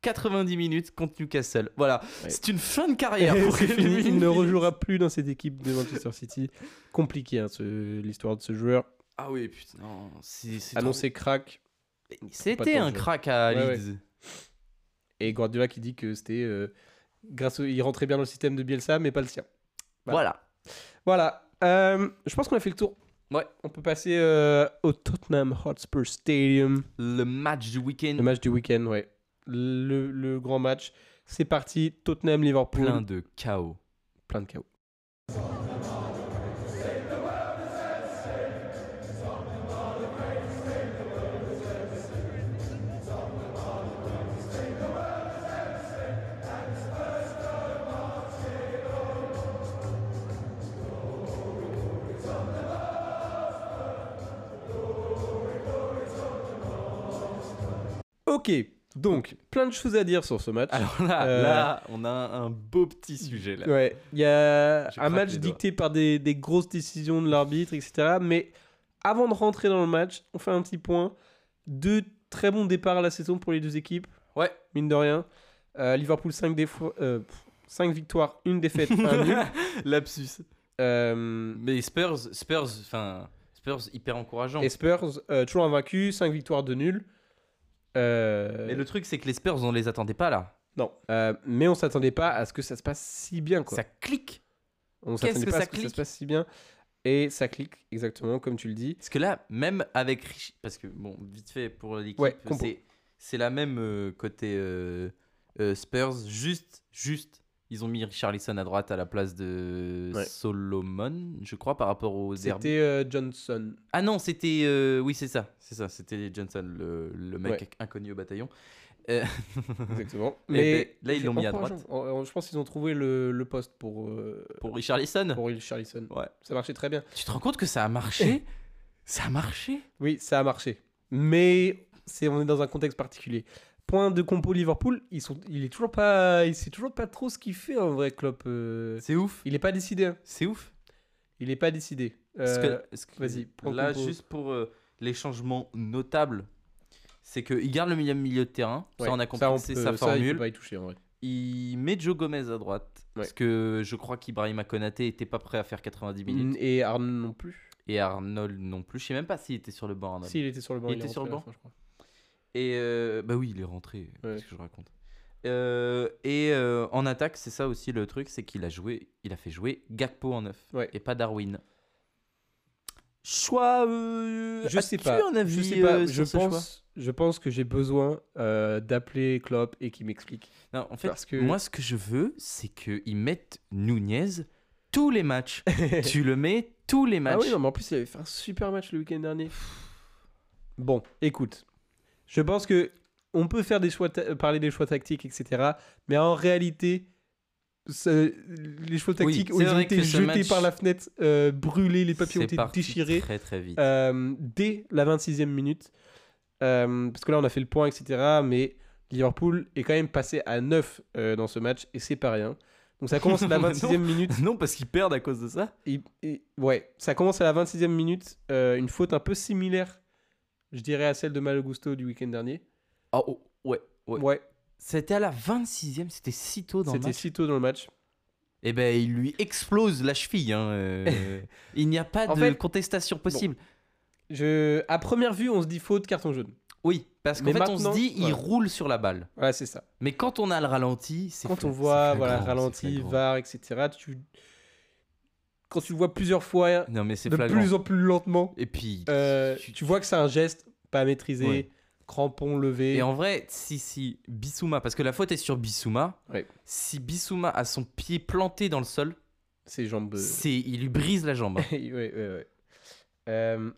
S6: 90 minutes contre Newcastle. Voilà,
S5: Ouais.
S6: c'est une fin de
S5: Et
S6: carrière pour
S5: c'est fini,
S6: Calvin
S5: il ne
S6: Phillips.
S5: rejouera plus dans cette équipe de Manchester City. Compliqué, hein, ce- l'histoire de ce joueur.
S6: Ah oui, putain, non, c'est c'est trop-
S5: Annoncé crack.
S6: C'était
S5: tant
S6: un
S5: joué.
S6: crack à
S5: Ouais, ouais.
S6: Leeds.
S5: Et Guardiola qui dit que c'était. euh, grâce au- Il rentrait bien dans le système de Bielsa, mais pas le sien. Bah.
S6: Voilà.
S5: Voilà. Euh, je pense qu'on a fait le tour.
S6: Ouais.
S5: On peut passer euh, au Tottenham Hotspur Stadium.
S6: Le match du
S5: Le
S6: week-end,
S5: match du week-end, ouais. Le, le grand match. C'est parti. Tottenham, Liverpool.
S6: plein de chaos.
S5: plein de chaos. Ok, donc plein de choses à dire sur ce match.
S6: Alors là,
S5: Euh,
S6: là, on a un, un beau petit sujet là.
S5: Ouais, il y a
S6: Je
S5: un
S6: craque
S5: match
S6: les doigts.
S5: dicté par des, des grosses décisions de l'arbitre, etc. Mais avant de rentrer dans le match, on fait un petit point. Deux très bons départs à la saison pour les deux équipes,
S6: Ouais.
S5: mine de rien. Euh, Liverpool 5 victoires, une défaite, un nul.
S6: Lapsus.
S5: Euh,
S6: Mais Spurs, Spurs, enfin, Spurs hyper encourageant.
S5: et Spurs, euh, toujours invaincus, 5 victoires, 2 nuls. Euh,
S6: Mais le truc, c'est que les Spurs, on les attendait pas là.
S5: Non. Euh, mais on s'attendait pas à ce que ça se passe si bien. Quoi.
S6: Ça clique.
S5: on
S6: qu'est-ce
S5: s'attendait
S6: que
S5: pas à
S6: ça
S5: ce que ça se
S6: clique
S5: passe si bien. Et ça clique, exactement, comme tu le dis.
S6: Parce que là, même avec Rich, parce que bon, vite fait pour l'équipe,
S5: Ouais, compo.
S6: c'est- c'est la même euh, côté euh, euh, Spurs, juste, juste. Ils ont mis Richarlison à droite à la place de
S5: Ouais.
S6: Solomon, je crois, par rapport aux Herbes.
S5: C'était euh, Johnson.
S6: Ah non, c'était. euh, oui, c'est ça. C'est ça. C'était Johnson, le, le mec
S5: Ouais.
S6: inconnu au bataillon. Euh,
S5: Exactement.
S6: Eh ben, là, ils l'ont mis à droite.
S5: En- en- Je pense qu'ils ont trouvé le, le poste pour, euh,
S6: Pour Richarlison.
S5: pour Will Charlison.
S6: Ouais.
S5: Ça marchait très bien.
S6: Tu te rends compte que ça a marché Ça a marché
S5: Oui, ça a marché. Mais c'est on est dans un contexte particulier. Point de compo Liverpool, ils sont, il est toujours pas, il sait toujours pas trop ce qu'il fait en vrai Klopp. euh,
S6: C'est ouf.
S5: il est pas décidé. hein.
S6: C'est ouf.
S5: Il est pas décidé.
S6: Parce que-
S5: Euh,
S6: parce que
S5: vas-y, prends
S6: Là,
S5: compo.
S6: juste pour euh, les changements notables, c'est qu'il garde le milieu, milieu de terrain.
S5: ouais,
S6: ça, on a compris que c'est
S5: peut-
S6: sa
S5: ça, il peut
S6: formule.
S5: pas y toucher en vrai.
S6: il, met Joe Gomez à droite. Parce
S5: Ouais.
S6: que je crois qu'Ibrahima Konaté était pas prêt à faire 90 minutes.
S5: Et Arne non plus.
S6: Et Arnold non plus. Je sais même pas s'il était sur le banc, Arnold.
S5: Si, il était sur le banc.
S6: Il
S5: est
S6: était sur le
S5: rentré hein, à la fin,
S6: banc.
S5: je crois.
S6: Et euh, bah oui, il est rentré.
S5: Ouais.
S6: Qu'est-ce que je raconte Euh, Et euh, en attaque, c'est ça aussi le truc, c'est qu'il a joué, il a fait jouer Gakpo en neuf
S5: Ouais.
S6: et pas Darwin. Choix. euh,
S5: Je sais
S6: as-tu
S5: pas.
S6: un avis
S5: je sais pas.
S6: euh,
S5: je
S6: sur ce choix
S5: pense, je pense que j'ai besoin euh, d'appeler Klopp et qu'il m'explique.
S6: Non, en fait,
S5: Parce que-
S6: moi, ce que je veux, c'est qu'ils mettent Nunez tous les matchs. tu le mets tous les matchs.
S5: Ah oui, non, mais en plus, il avait fait un super match le week-end dernier. Bon, écoute, je pense que on peut faire des choix, ta- euh, parler des choix tactiques, etc. Mais en réalité, ça- les choix
S6: Oui,
S5: tactiques
S6: c'est
S5: ont ils ont
S6: vrai
S5: été
S6: que ce
S5: jetés
S6: match-
S5: par la fenêtre, euh, brûlés, les papiers ont
S6: C'est
S5: été
S6: parti
S5: déchirés
S6: Très très vite.
S5: euh, dès la 26e minute. Euh, parce que là, on a fait le point, etc. Mais Liverpool est quand même passé à 9 euh, dans ce match et c'est pas rien. Donc ça commence à la
S6: Non.
S5: 26e minute.
S6: non, parce qu'ils perdent à cause de ça.
S5: Et- et- ouais, ça commence à la 26e minute. euh, une faute un peu similaire, je dirais, à celle de Malogusto du week-end dernier.
S6: Ah, oh, ouais, ouais.
S5: Ouais,
S6: C'était à la 26e, c'était si tôt dans le
S5: c'était
S6: match.
S5: si tôt dans le match.
S6: Et ben, il lui explose la cheville. hein, euh, il n'y a pas
S5: En
S6: de
S5: fait-
S6: contestation possible.
S5: Je... À première vue, on se dit faute, carton jaune.
S6: Oui, parce qu'en
S5: Mais
S6: fait, on se
S5: maintenant-
S6: dit, il
S5: ouais.
S6: roule sur la balle.
S5: Ouais, c'est ça.
S6: Mais quand on a le ralenti, c'est
S5: Quand
S6: fla-
S5: on
S6: c'est
S5: voit voilà,
S6: flagrant, c'est
S5: ralenti,
S6: flagrant.
S5: VAR, etc., tu... quand tu le vois plusieurs fois,
S6: Non, mais c'est
S5: de
S6: flagrant.
S5: plus en plus lentement,
S6: Et puis,
S5: euh,
S6: tu-
S5: tu vois que c'est un geste pas maîtrisé,
S6: Ouais.
S5: crampon levé.
S6: Et en vrai, si, si, Bissouma, parce que la faute est sur Bissouma,
S5: Ouais.
S6: si Bissouma a son pied planté dans le sol,
S5: Ses jambes.
S6: c'est il lui brise la jambe. hein.
S5: ouais, ouais, ouais. Euh,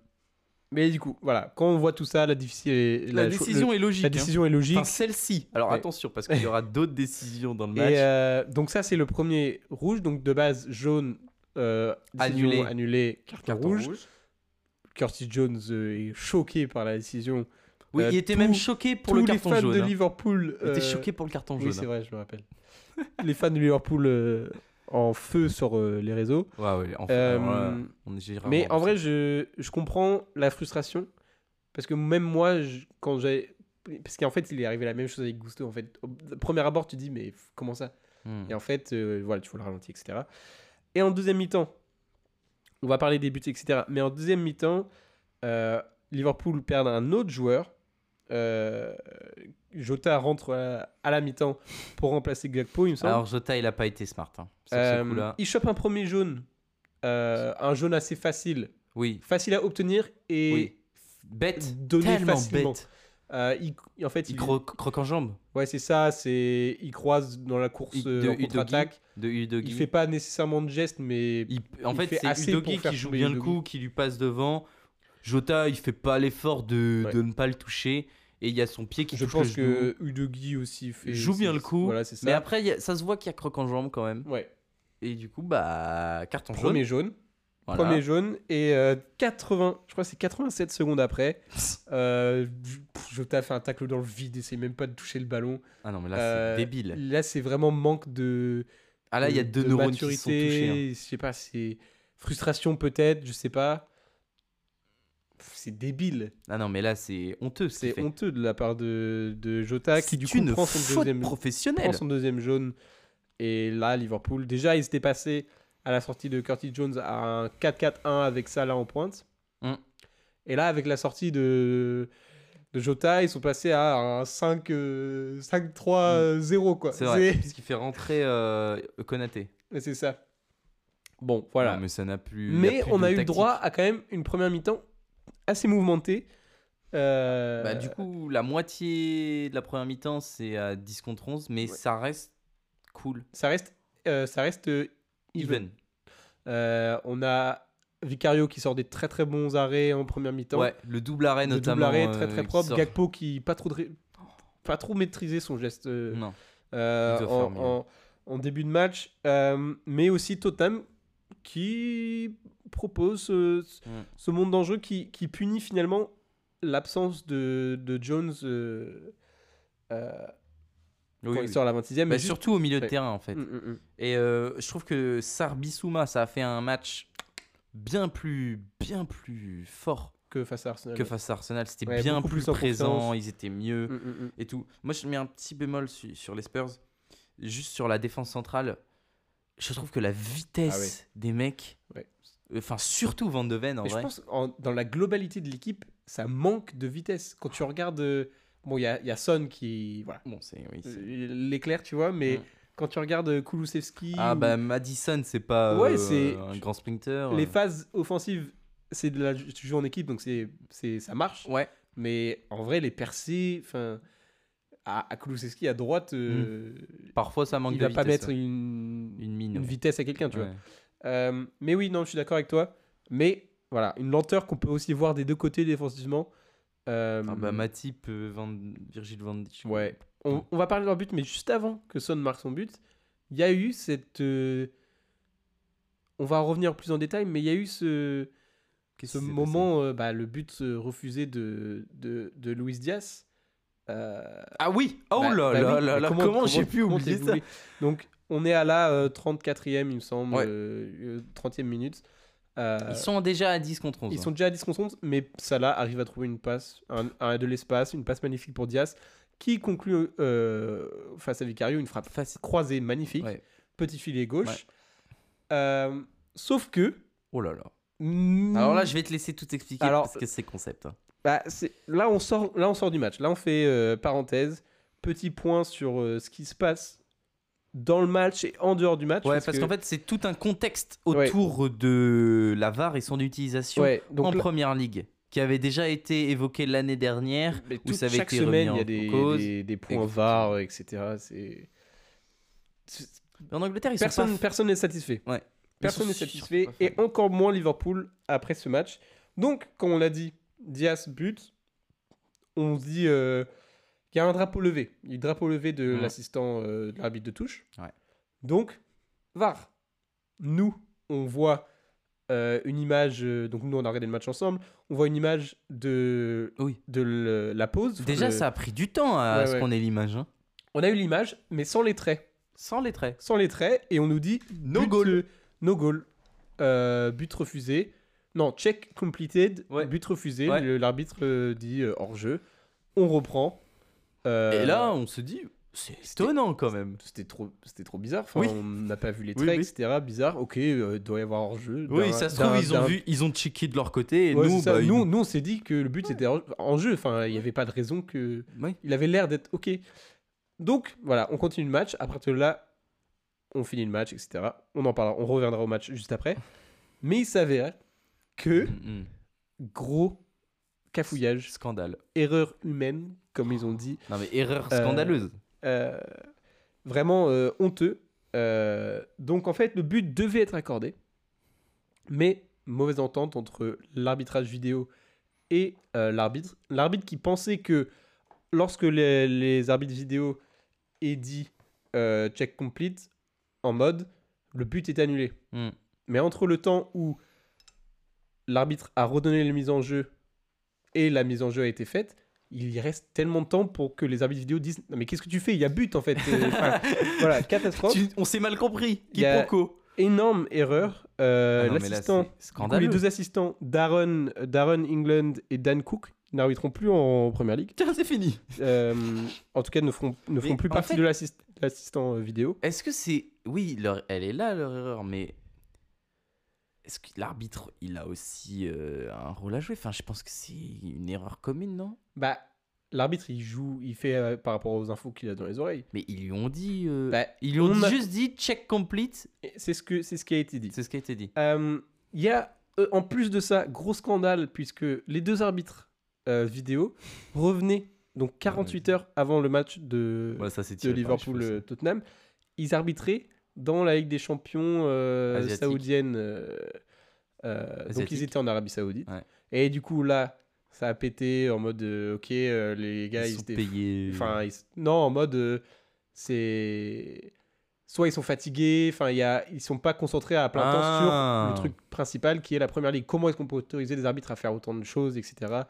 S5: mais du coup, voilà, quand on voit tout ça, la, difficile est-
S6: la,
S5: la cho-
S6: décision
S5: le-
S6: est logique.
S5: la
S6: hein.
S5: décision est logique.
S6: Enfin, celle-ci. Alors
S5: Ouais.
S6: attention, parce qu'il y aura d'autres décisions dans le match.
S5: et euh, donc ça, c'est le premier rouge. Donc de base, jaune, euh, décision
S6: Annulé.
S5: annulée, carton,
S6: Carton
S5: rouge. Curtis Jones euh, est choqué par la décision.
S6: Oui,
S5: Euh,
S6: il était
S5: tout-
S6: même choqué pour
S5: Tous
S6: le
S5: les
S6: carton
S5: fans
S6: jaune.
S5: de
S6: hein.
S5: Liverpool...
S6: Il était
S5: euh,
S6: choqué pour le carton
S5: Oui,
S6: jaune. hein.
S5: c'est vrai, je me rappelle. les fans de Liverpool euh, en feu sur euh, les réseaux.
S6: hein. Ouais, ouais, enfin,
S5: Euh,
S6: alors là, on est j'ai
S5: Mais
S6: rarement
S5: en
S6: vu
S5: vrai,
S6: ça.
S5: je, je comprends la frustration. Parce que même moi, je- quand j'ai. Parce qu'en fait, il est arrivé la même chose avec Gusto. En fait, au au premier abord, tu dis, mais f- comment ça
S6: Hmm.
S5: Et en fait, euh, voilà, tu vois le ralenti, etc. Et en deuxième mi-temps, on va parler des buts, etc. Mais en deuxième mi-temps, euh, Liverpool perd un autre joueur. Euh, Jota rentre à, à la mi-temps pour remplacer Gakpo, il me semble.
S6: Alors Jota, il a pas été smart. hein, sur
S5: Euh,
S6: ce coup-là.
S5: il chope un premier jaune. Euh, un jaune assez facile
S6: Oui,
S5: facile à obtenir et
S6: Oui. bête.
S5: donner
S6: tellement
S5: facilement.
S6: bête.
S5: Euh, il- il- en fait,
S6: Il
S5: il,
S6: cro- croque en jambe
S5: ouais, c'est ça. C'est il croise dans la course
S6: Il-
S5: euh,
S6: de
S5: en
S6: Udogi.
S5: contre-attaque.
S6: de
S5: Il
S6: Udogi.
S5: fait pas nécessairement de gestes, mais
S6: Il- en
S5: il
S6: fait,
S5: fait
S6: c'est
S5: assez pour
S6: Udogi
S5: faire
S6: qui joue
S5: tomber
S6: bien le
S5: Udogi.
S6: coup, qui lui passe devant. Jota, il fait pas l'effort de,
S5: Ouais.
S6: de ne pas le toucher. Et il y a son pied qui
S5: je
S6: touche
S5: pense
S6: le genou.
S5: que Udogi aussi fait
S6: Joue bien le coup,
S5: Voilà, c'est ça.
S6: Mais après, il y a- ça se voit qu'il y a croque en jambe quand même.
S5: ouais.
S6: Et du coup, bah, carton
S5: Premier
S6: jaune.
S5: jaune,
S6: Voilà.
S5: premier jaune et euh, 80, je crois que c'est 87 secondes après, euh, pff, Jota fait un tacle dans le vide, essaie même pas de toucher le ballon.
S6: Ah non, mais là,
S5: Euh,
S6: c'est débile.
S5: Là, c'est vraiment manque de,
S6: Ah là, il y a deux
S5: de
S6: neurones qui se sont
S5: maturité,
S6: touchés. hein.
S5: Je sais pas, c'est frustration peut-être, je sais pas. Pff, C'est débile.
S6: Ah non, mais là, c'est honteux. ce qu'il
S5: C'est
S6: fait.
S5: honteux de la part de, de Jota qui
S6: C'est
S5: du coup
S6: une
S5: prend son,
S6: faute
S5: deuxième, prend
S6: professionnelle.
S5: son deuxième jaune. Et là, Liverpool, déjà, il s'était passé à la sortie de Curtis Jones à un 4-4-1 avec Salah en pointe.
S6: Mm.
S5: Et là, avec la sortie de, de Jota, ils sont passés à un 5, euh, 5-3-0. quoi.
S6: Mm. C'est vrai.
S5: C'est-
S6: Ce qui fait rentrer euh, Konaté.
S5: C'est ça. Bon, voilà.
S6: Non, mais ça n'a plus. il y
S5: Mais
S6: plus
S5: on
S6: de
S5: a eu
S6: tactique.
S5: droit à quand même une première mi-temps assez mouvementée. Euh,
S6: Bah, du coup, la moitié de la première mi-temps, c'est à 10 contre 11, mais ça reste cool.
S5: ça reste, euh, ça reste euh, even.
S6: Even.
S5: Euh, on a Vicario qui sort des très très bons arrêts en première mi-temps.
S6: Ouais, le double arrêt
S5: Le
S6: notamment.
S5: double arrêt
S6: euh,
S5: très très
S6: qui
S5: propre.
S6: sort.
S5: Gakpo qui pas trop de ré- pas trop maîtrisé son geste euh,
S6: Non.
S5: euh,
S6: Il doit
S5: en,
S6: faire mieux.
S5: en- en début de match, Euh, mais aussi Totem qui propose ce, ce-
S6: Mm.
S5: ce monde dangereux qui, qui punit finalement l'absence de, de Jones euh, euh,
S6: Oui,
S5: quand
S6: oui.
S5: il sort à la 26e.
S6: Bah,
S5: mais
S6: surtout au milieu de
S5: Ouais.
S6: terrain en fait.
S5: juste- Mm, mm, mm.
S6: Et euh, je trouve que Sarbisouma, ça a fait un match bien plus, bien plus fort
S5: que face à Arsenal.
S6: que face à Arsenal. C'était
S5: Ouais,
S6: bien
S5: beaucoup
S6: plus
S5: plus en
S6: présent,
S5: confiance.
S6: ils étaient mieux.
S5: Mm, mm, mm.
S6: et tout. Moi, je mets un petit bémol su- sur les Spurs, juste sur la défense centrale. Je trouve que la vitesse des mecs,
S5: Ah Ouais.
S6: euh, enfin surtout Van de Ven en
S5: Mais je
S6: vrai.
S5: pense en- dans la globalité de l'équipe, ça manque de vitesse. Quand tu regardes, euh, bon, il y a, il y a Son qui, voilà,
S6: Bon, c'est oui. c'est-
S5: euh, l'éclair, tu vois, mais
S6: Mm.
S5: quand tu regardes euh, Kulusevski,
S6: Ah
S5: ou
S6: bah Madison, c'est pas
S5: Ouais,
S6: euh,
S5: c'est-
S6: un grand sprinter.
S5: les phases offensives c'est de la, tu joues en équipe, donc c'est, c'est, ça marche.
S6: Ouais.
S5: Mais en vrai, les percées, enfin, à, à Kulusevski, à droite, euh,
S6: Parfois, ça Mm. manque
S5: il
S6: de
S5: va pas
S6: vitesse,
S5: mettre
S6: ouais.
S5: une,
S6: une mine.
S5: une
S6: ouais.
S5: vitesse à quelqu'un, tu vois.
S6: Ouais.
S5: Euh, mais oui, non, je suis d'accord avec toi. Mais voilà, une lenteur qu'on peut aussi voir des deux côtés défensivement. Euh,
S6: Ah bah, Matip, euh, Van- Virgil Van Dijk.
S5: Ouais. On, on va parler de leur but, mais juste avant que Son marque son but, il y a eu cette. euh, On va en revenir plus en détail, mais il y a eu ce,
S6: Qu'est-ce
S5: ce
S6: qui s'est
S5: moment, euh, bah, le but euh, refusé de, de, de Luis Diaz. Euh,
S6: passé Ah oui Oh
S5: bah-
S6: là
S5: bah
S6: là
S5: oui,
S6: là
S5: mais
S6: là, Comment j'ai pu
S5: comment
S6: oublier
S5: t'es
S6: ça
S5: oublié Donc, on est à la euh, 34e, il me semble,
S6: Ouais.
S5: euh, euh, 30e minute. Euh,
S6: Ils sont déjà à 10 contre 11.
S5: ils
S6: hein.
S5: sont déjà à 10 contre 11, mais Salah arrive à trouver une passe, un, un de l'espace, une passe magnifique pour Diaz, qui conclut euh, face à Vicario une frappe
S6: Facile.
S5: croisée magnifique,
S6: Ouais.
S5: petit filet gauche. Euh, sauf que.
S6: Oh là là. Alors là, je vais te laisser tout expliquer
S5: Hmm. Alors,
S6: parce que c'est concept. hein.
S5: Bah, c'est- là, on sort, là, on sort du match. Là, on fait euh, parenthèse, petit point sur euh, ce qui se passe dans le match et en dehors du match.
S6: Ouais, parce
S5: que-
S6: qu'en fait, c'est tout un contexte
S5: Ouais.
S6: autour de la VAR et son utilisation
S5: ouais, donc
S6: en
S5: là-
S6: première ligue, qui avait déjà été évoqué l'année dernière.
S5: mais
S6: où
S5: tout-
S6: ça avait
S5: chaque
S6: été
S5: semaine, il
S6: remis
S5: y
S6: en
S5: a des,
S6: cause.
S5: des, des points
S6: Exactement.
S5: VAR, euh, etc. C'est... c'est-
S6: Mais En Angleterre, ils sont
S5: Personne
S6: pas...
S5: personne n'est satisfait.
S6: Ouais.
S5: Personne
S6: Ils
S5: n'est
S6: sont
S5: satisfait,
S6: surtout pas
S5: et encore moins Liverpool après ce match. Donc, comme on l'a dit, Diaz but. On se dit euh, qu'il y a un drapeau levé. Il y a le drapeau levé de
S6: Ouais.
S5: l'assistant euh, de l'arbitre de touche.
S6: Ouais.
S5: Donc, VAR. Nous, on voit euh, une image. euh, donc, nous, on a regardé le match ensemble. On voit une image de,
S6: Oui.
S5: de le- la pause.
S6: Déjà,
S5: Le-
S6: ça a pris du temps à
S5: Ouais,
S6: ce
S5: ouais.
S6: qu'on ait l'image. hein.
S5: On a eu l'image, mais sans les traits
S6: Sans les traits.
S5: sans les traits et on nous dit
S6: No
S5: but,
S6: goal.
S5: euh, no goal. Euh, but refusé. Non, check completed,
S6: Ouais.
S5: but refusé.
S6: Ouais.
S5: Le- L'arbitre euh, dit euh, hors jeu. On reprend. Euh,
S6: Et là, on se dit, c'est étonnant quand même.
S5: c'était trop, c'était trop bizarre. Enfin,
S6: Oui.
S5: on n'a pas vu les
S6: Oui,
S5: traits,
S6: oui.
S5: etc. Bizarre. Ok, euh, doit y avoir hors jeu.
S6: Oui, ça se trouve, ils ont vu, ils ont checké de leur côté. Et nous,
S5: nous,
S6: bah, ils-
S5: nous, nous, on s'est dit que le but était hors- en jeu. Enfin, il n'y avait pas de raison que.
S6: Ouais.
S5: Il avait l'air d'être OK. Donc, voilà, on continue le match. À partir de là, on finit le match, etc. On en parlera, on reviendra au match juste après. Mais il s'avère que,
S6: Mm, mm.
S5: gros cafouillage,
S6: Scandale.
S5: erreur humaine, comme ils ont dit,
S6: Non, mais erreur
S5: Euh,
S6: scandaleuse.
S5: euh, vraiment euh, honteux. Euh, donc, en fait, le but devait être accordé. Mais mauvaise entente entre l'arbitrage vidéo et euh, l'arbitre. L'arbitre qui pensait que lorsque les, les arbitres vidéo aient dit euh, check complete en mode, le but est annulé.
S6: Mm.
S5: Mais entre le temps où l'arbitre a redonné les mises en jeu et la mise en jeu a été faite, il y reste tellement de temps pour que les arbitres vidéo disent non mais qu'est-ce que tu fais Il y a but en fait. Euh, enfin, voilà, catastrophe.
S6: Tu- on s'est mal compris.
S5: Il y a-
S6: Quiproquo.
S5: Énorme erreur. Euh,
S6: Ah non, mais là,
S5: L'assistant
S6: c'est
S5: du coup, les
S6: Scandaleux.
S5: deux assistants, Darren, Darren England et Dan Cook, n'arbitreront plus en Première Ligue.
S6: Tiens, c'est fini.
S5: Euh, en tout cas, ne feront, ne feront
S6: Mais
S5: plus
S6: en
S5: partie
S6: fait-
S5: de l'assist- l'assistant euh, vidéo.
S6: Est-ce que c'est. Oui, leur- elle est là, leur erreur, mais. Est-ce que l'arbitre, il a aussi euh, un rôle à jouer Enfin, je pense que c'est une erreur commune, non
S5: Bah, l'arbitre, il joue, il fait euh, par rapport aux infos qu'il a dans les oreilles.
S6: Mais ils lui ont dit. euh,
S5: Bah,
S6: ils lui ont
S5: on
S6: dit-
S5: a-
S6: juste dit check complete.
S5: Et C'est ce, que- c'est ce qui a été dit.
S6: C'est ce qui a été dit.
S5: Euh, Il y a, euh, en plus de ça, gros scandale, puisque les deux arbitres euh, vidéo revenaient, donc 48 heures avant le match de,
S6: Voilà, ça c'est
S5: de
S6: tiré par les cheveux, ça.
S5: Liverpool-Tottenham, ils arbitraient dans la Ligue des champions euh,
S6: Asiatique.
S5: saoudienne. euh, euh, donc
S6: Asiatique.
S5: ils étaient en Arabie saoudite.
S6: Ouais.
S5: Et du coup, là, ça a pété en mode, euh, ok, euh, les gars,
S6: Ils
S5: ils,
S6: sont
S5: étaient
S6: payés.
S5: Enfin, ils s- non, en mode, euh, c'est. Soit ils sont fatigués, enfin, il y a... ils sont pas concentrés à plein
S6: Ah.
S5: temps sur le truc principal qui est la première ligue. Comment est-ce qu'on peut autoriser les arbitres à faire autant de choses, etc.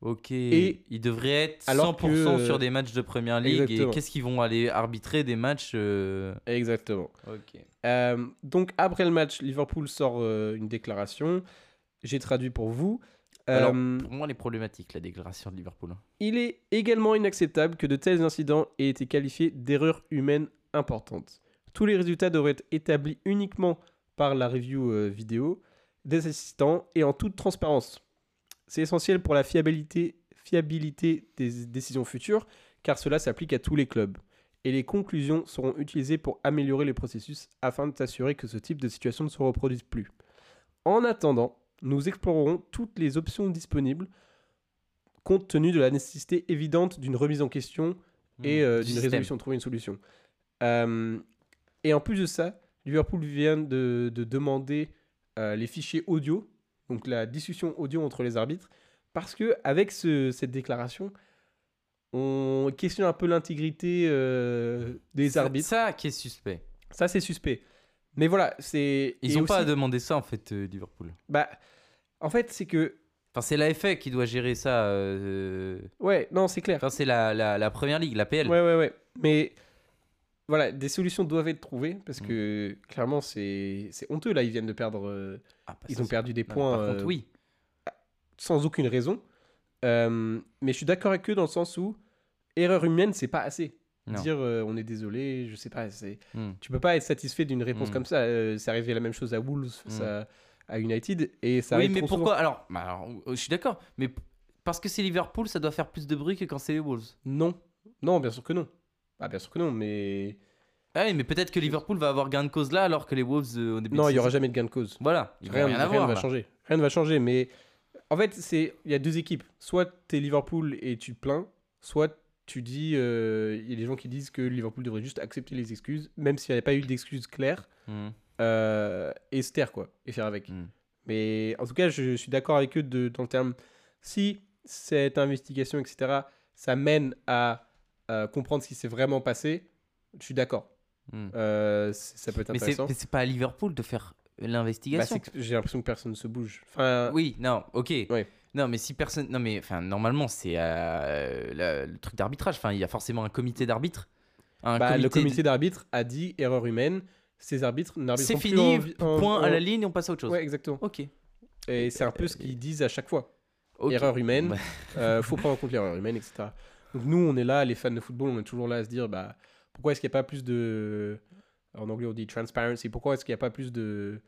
S6: Ok.
S5: Et-
S6: ils devraient être 100%
S5: Alors que, euh,
S6: sur des matchs de première ligue. Et
S5: exactement.
S6: qu'est-ce qu'ils vont aller arbitrer des matchs euh,
S5: Exactement.
S6: Ok.
S5: Euh, donc, après le match, Liverpool sort euh, une déclaration. J'ai traduit pour vous.
S6: Alors,
S5: Euh,
S6: Pour moi, elle est problématique, la déclaration de Liverpool. hein.
S5: Il est également inacceptable que de tels incidents aient été qualifiés d'erreurs humaines importantes. Tous les résultats devraient être établis uniquement par la review euh, vidéo des assistants et en toute transparence. C'est essentiel pour la fiabilité, fiabilité des décisions futures car cela s'applique à tous les clubs. Et les conclusions seront utilisées pour améliorer les processus afin de s'assurer que ce type de situation ne se reproduise plus. En attendant, nous explorerons toutes les options disponibles compte tenu de la nécessité évidente d'une remise en question
S6: Mmh.
S5: et euh, d'une résolution, trouver une solution. Euh, et en plus de ça, Liverpool vient de, de demander euh, les fichiers audio, donc la discussion audio entre les arbitres, parce que avec ce- cette déclaration, on questionne un peu l'intégrité euh, des arbitres.
S6: Ça qui est suspect.
S5: Ça, c'est suspect. Mais voilà, c'est.
S6: Ils
S5: et
S6: n'ont pas à
S5: aussi-
S6: demander ça en fait, euh, Liverpool.
S5: Bah, en fait, c'est que.
S6: Enfin, c'est la FA qui doit gérer ça. euh,
S5: Ouais, non, c'est clair.
S6: Enfin, c'est la, la, la première ligue, la PL.
S5: Ouais, ouais, ouais. Mais voilà, des solutions doivent être trouvées parce
S6: Mm.
S5: que clairement, c'est c'est honteux. Là, ils viennent de perdre. euh,
S6: Ah, bah,
S5: ils
S6: ça,
S5: ont
S6: c'est-
S5: perdu des
S6: Non, mais
S5: points
S6: Par
S5: euh,
S6: contre, oui.
S5: sans aucune raison. Euh, mais je suis d'accord avec eux dans le sens où erreur humaine, c'est pas assez.
S6: Non.
S5: Dire euh, on est désolé, je sais pas. c'est-
S6: Mm.
S5: Tu peux pas être satisfait d'une réponse
S6: Mm.
S5: comme ça. Euh, c'est arrivé la même chose à Wolves face
S6: Mm.
S5: à, à United et ça
S6: oui,
S5: arrive
S6: mais
S5: trop souvent.
S6: pourquoi alors, bah, alors, euh, Je suis d'accord, mais p- parce que c'est Liverpool, ça doit faire plus de bruit que quand c'est les Wolves.
S5: Non, non, bien sûr que non. Ah, bien sûr que non, mais
S6: Ah oui, mais peut-être que Liverpool va avoir gain de cause là, alors que les Wolves euh, au début.
S5: non,
S6: de
S5: il y aura
S6: saison-
S5: jamais de gain de cause.
S6: Voilà, ils vont
S5: Rien,
S6: rien
S5: rien
S6: avoir.
S5: ne va
S6: là.
S5: changer. Rien ne va changer, mais en fait, c'est il y a deux équipes. Soit t'es Liverpool et tu te plains, soit tu dis euh, il y a des gens qui disent que Liverpool devrait juste accepter les excuses, même s'il n'y avait pas eu d'excuses claires,
S6: Mm.
S5: euh, et se taire quoi, et faire avec.
S6: Mm.
S5: Mais en tout cas, je, suis d'accord avec eux de, dans le terme si cette investigation, etc., ça mène à euh, comprendre ce qui s'est vraiment passé. Je suis d'accord.
S6: Mm.
S5: Euh, c- ça peut être
S6: Mais c'est
S5: intéressant.
S6: mais c'est pas à Liverpool de faire
S5: Bah,
S6: l'investigation.
S5: c'est que J'ai l'impression que personne ne se bouge. Enfin,
S6: oui, non, ok.
S5: Ouais.
S6: Non, mais si personne. Non, mais enfin, normalement, c'est euh, la- le truc d'arbitrage. Enfin, il y a forcément un comité d'arbitre. Un
S5: Bah, le comité
S6: de-
S5: d'arbitre a dit erreur humaine. Ces arbitres n'arbitrent
S6: C'est
S5: plus
S6: fini,
S5: en- en-
S6: point
S5: en-
S6: à la ligne, on passe à autre chose.
S5: Ouais, exactement.
S6: Ok.
S5: Et c'est un peu ce qu'ils disent à chaque fois.
S6: ok.
S5: Erreur humaine,
S6: Bah.
S5: euh, faut prendre en compte l'erreur humaine, etc. Donc nous, on est là, les fans de football, on est toujours là à se dire, bah, pourquoi est-ce qu'il n'y a pas plus de... En anglais, on dit transparency. Pourquoi est-ce qu'il n'y a pas plus de...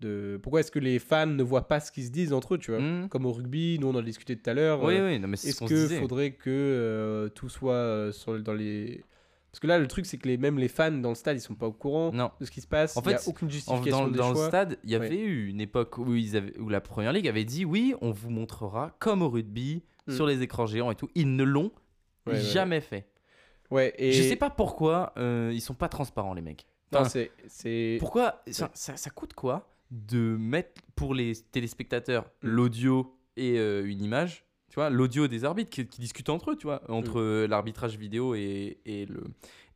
S5: de... Pourquoi est-ce que les fans ne voient pas ce qu'ils se disent entre eux, tu vois
S6: Mm.
S5: Comme au rugby, nous, on en a discuté tout à l'heure.
S6: Oui,
S5: euh,
S6: oui, non, mais c'est ce
S5: Est-ce
S6: qu'on se
S5: que
S6: disait.
S5: faudrait que euh, tout soit euh, sur, le- dans les... Parce que là, le truc, c'est que les, même les fans dans le stade, ils sont pas au courant
S6: Non.
S5: de ce qui se passe.
S6: En
S5: il n'y a
S6: fait,
S5: aucune
S6: En-
S5: justification
S6: dans
S5: des
S6: dans le
S5: choix.
S6: stade, il y
S5: Ouais.
S6: avait eu une époque où, ils avaient- où la première ligue avait dit oui, on vous montrera comme au rugby
S5: Mm.
S6: sur les écrans géants et tout. Ils ne l'ont
S5: Ouais, ouais,
S6: jamais fait.
S5: Ouais, et...
S6: Je sais pas pourquoi euh, ils sont pas transparents les mecs.
S5: Non,
S6: Enfin,
S5: c'est... c'est-
S6: pourquoi ça, ça- ça coûte quoi de mettre pour les téléspectateurs l'audio et euh, une image tu vois, l'audio des arbitres qui, qui discutent entre eux, tu vois,
S5: Mm.
S6: entre euh, l'arbitrage vidéo et, et le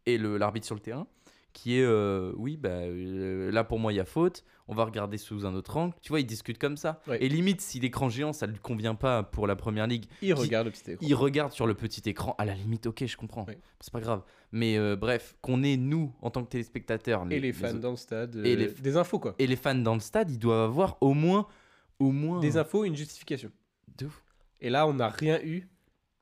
S6: et le- l'arbitre sur le terrain, qui est euh, oui, bah euh, là pour moi il y a faute, on va regarder sous un autre angle, tu vois, ils discutent comme ça.
S5: Ouais.
S6: Et limite, si l'écran géant ça lui convient pas pour la première ligue,
S5: Ils regardent le petit écran.
S6: il regarde sur le petit écran. À la limite, ok, je comprends.
S5: Ouais.
S6: C'est pas grave. Mais euh, bref, qu'on ait, nous, en tant que téléspectateurs,
S5: Et les fans
S6: autres-
S5: dans le stade.
S6: Et
S5: euh,
S6: les-
S5: Des infos, quoi.
S6: et les fans dans le stade, ils doivent avoir au moins. Au moins.
S5: Des infos, une justification.
S6: De ouf.
S5: Et là, on n'a rien eu.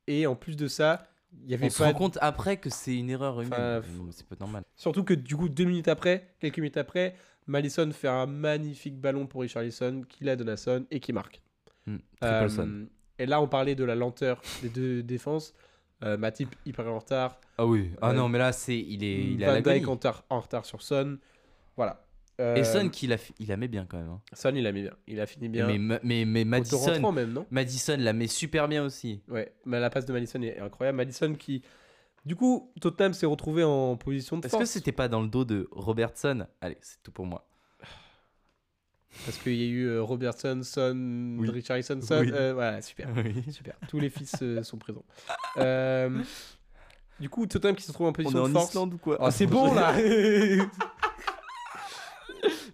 S5: Et en plus de ça, il y avait
S6: On se rend
S5: pas...
S6: compte après que c'est une erreur humaine.
S5: Enfin,
S6: Mais non, mais C'est pas normal.
S5: Surtout que du coup, deux minutes après, quelques minutes après, Malisson fait un magnifique ballon pour Richarlison, qui la donne à Son et qui marque.
S6: Hmm.
S5: Euh,
S6: Tripleson.
S5: et là, on parlait de la lenteur des deux défenses. Euh, Matip hyper en retard.
S6: Ah oui. Ah
S5: euh,
S6: non, mais là, c'est il est, il est à
S5: Van Dijk en
S6: l'agonie.
S5: retard, en retard sur Son. Voilà. Euh,
S6: Et Son, qui la, fi- il la met bien quand même. hein.
S5: Son, il a mis bien. Il a fini bien.
S6: Mais, mais, mais, mais
S5: Auto-rentrant
S6: Madison,
S5: même, non
S6: Madison la met super bien aussi.
S5: Ouais. Mais la passe de Madison est incroyable. Madison qui. Du coup, Tottenham s'est retrouvé en position de
S6: Est-ce que
S5: force.
S6: c'était pas dans le dos de Robertson Allez, c'est tout pour moi.
S5: Parce qu'il y a eu euh, Robertson, Son,
S6: Oui.
S5: Richarlison, Son.
S6: Oui.
S5: euh, voilà, super. Super. Tous les fils euh, sont présents. Euh, du coup, Tottenham qui se trouve en
S6: On est
S5: position de
S6: en
S5: force.
S6: Islande ou quoi
S5: Ah, c'est bon là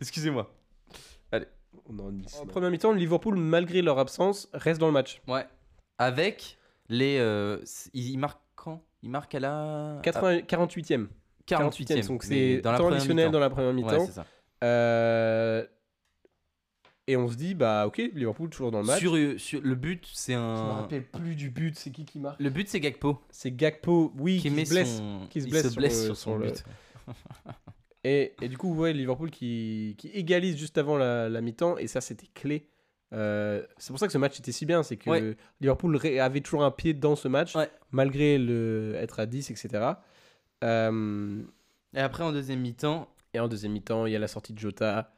S6: Excusez-moi.
S5: En première mi-temps, le Liverpool, malgré leur absence, reste dans le match.
S6: Ouais. Avec les. euh, s- ils ils marquent quand Ils marquent à la.
S5: 80 48e.
S6: à 48 e
S5: Donc c'est traditionnel dans la première mi-temps.
S6: Ouais, c'est ça.
S5: Euh, Et on se dit, bah ok, Liverpool toujours dans le match.
S6: Sur, euh, sur- le but, c'est
S5: Je me
S6: un.
S5: rappelle plus du but, c'est qui qui marque
S6: Le but, c'est Gakpo
S5: C'est Gakpo, oui, qui,
S6: met
S5: se blesse.
S6: son-
S5: qui se
S6: il
S5: blesse
S6: se
S5: sur
S6: blesse
S5: le- sur
S6: sur, son
S5: le-
S6: but.
S5: Et, et du coup, ouais, Liverpool qui, qui égalise juste avant la, la mi-temps, et ça, c'était clé. Euh, c'est pour ça que ce match était si bien, c'est que
S6: Ouais.
S5: Liverpool ré- avait toujours un pied dans ce match,
S6: Ouais.
S5: malgré le être à 10, etc. Euh,
S6: Et après, en deuxième mi-temps,
S5: et en deuxième mi-temps, il y a la sortie de Jota.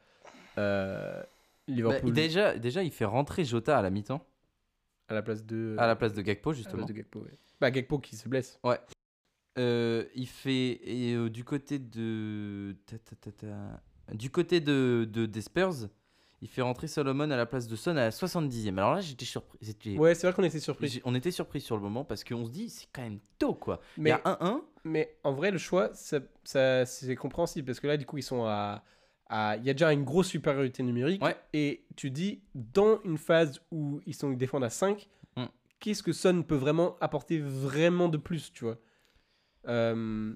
S5: euh,
S6: Bah,
S5: Liverpool
S6: déjà, déjà, il fait rentrer Jota à la mi-temps,
S5: à la place de.
S6: à la place de Gakpo,
S5: à la place
S6: justement.
S5: de Gakpo. ouais. Bah, Gakpo qui se blesse.
S6: Euh, il fait. Et, euh, du côté de. ta, ta, ta, ta, Du côté de, de- des Spurs, il fait rentrer Solomon à la place de Son à la 70e. Alors là, j'étais surpris. j'étais-
S5: Ouais, c'est vrai qu'on était surpris.
S6: j'ai- On était surpris sur le moment parce qu'on se dit, c'est quand même tôt, quoi. Il y
S5: Mais,
S6: a 1-1.
S5: mais en vrai, le choix, ça, ça- c'est compréhensible parce que là, du coup, ils sont à. à- Il y a déjà une grosse supériorité numérique.
S6: Ouais.
S5: Et tu dis, dans une phase où ils sont ils défendent à 5,
S6: Mm.
S5: qu'est-ce que Son peut vraiment apporter vraiment de plus, tu vois Euh,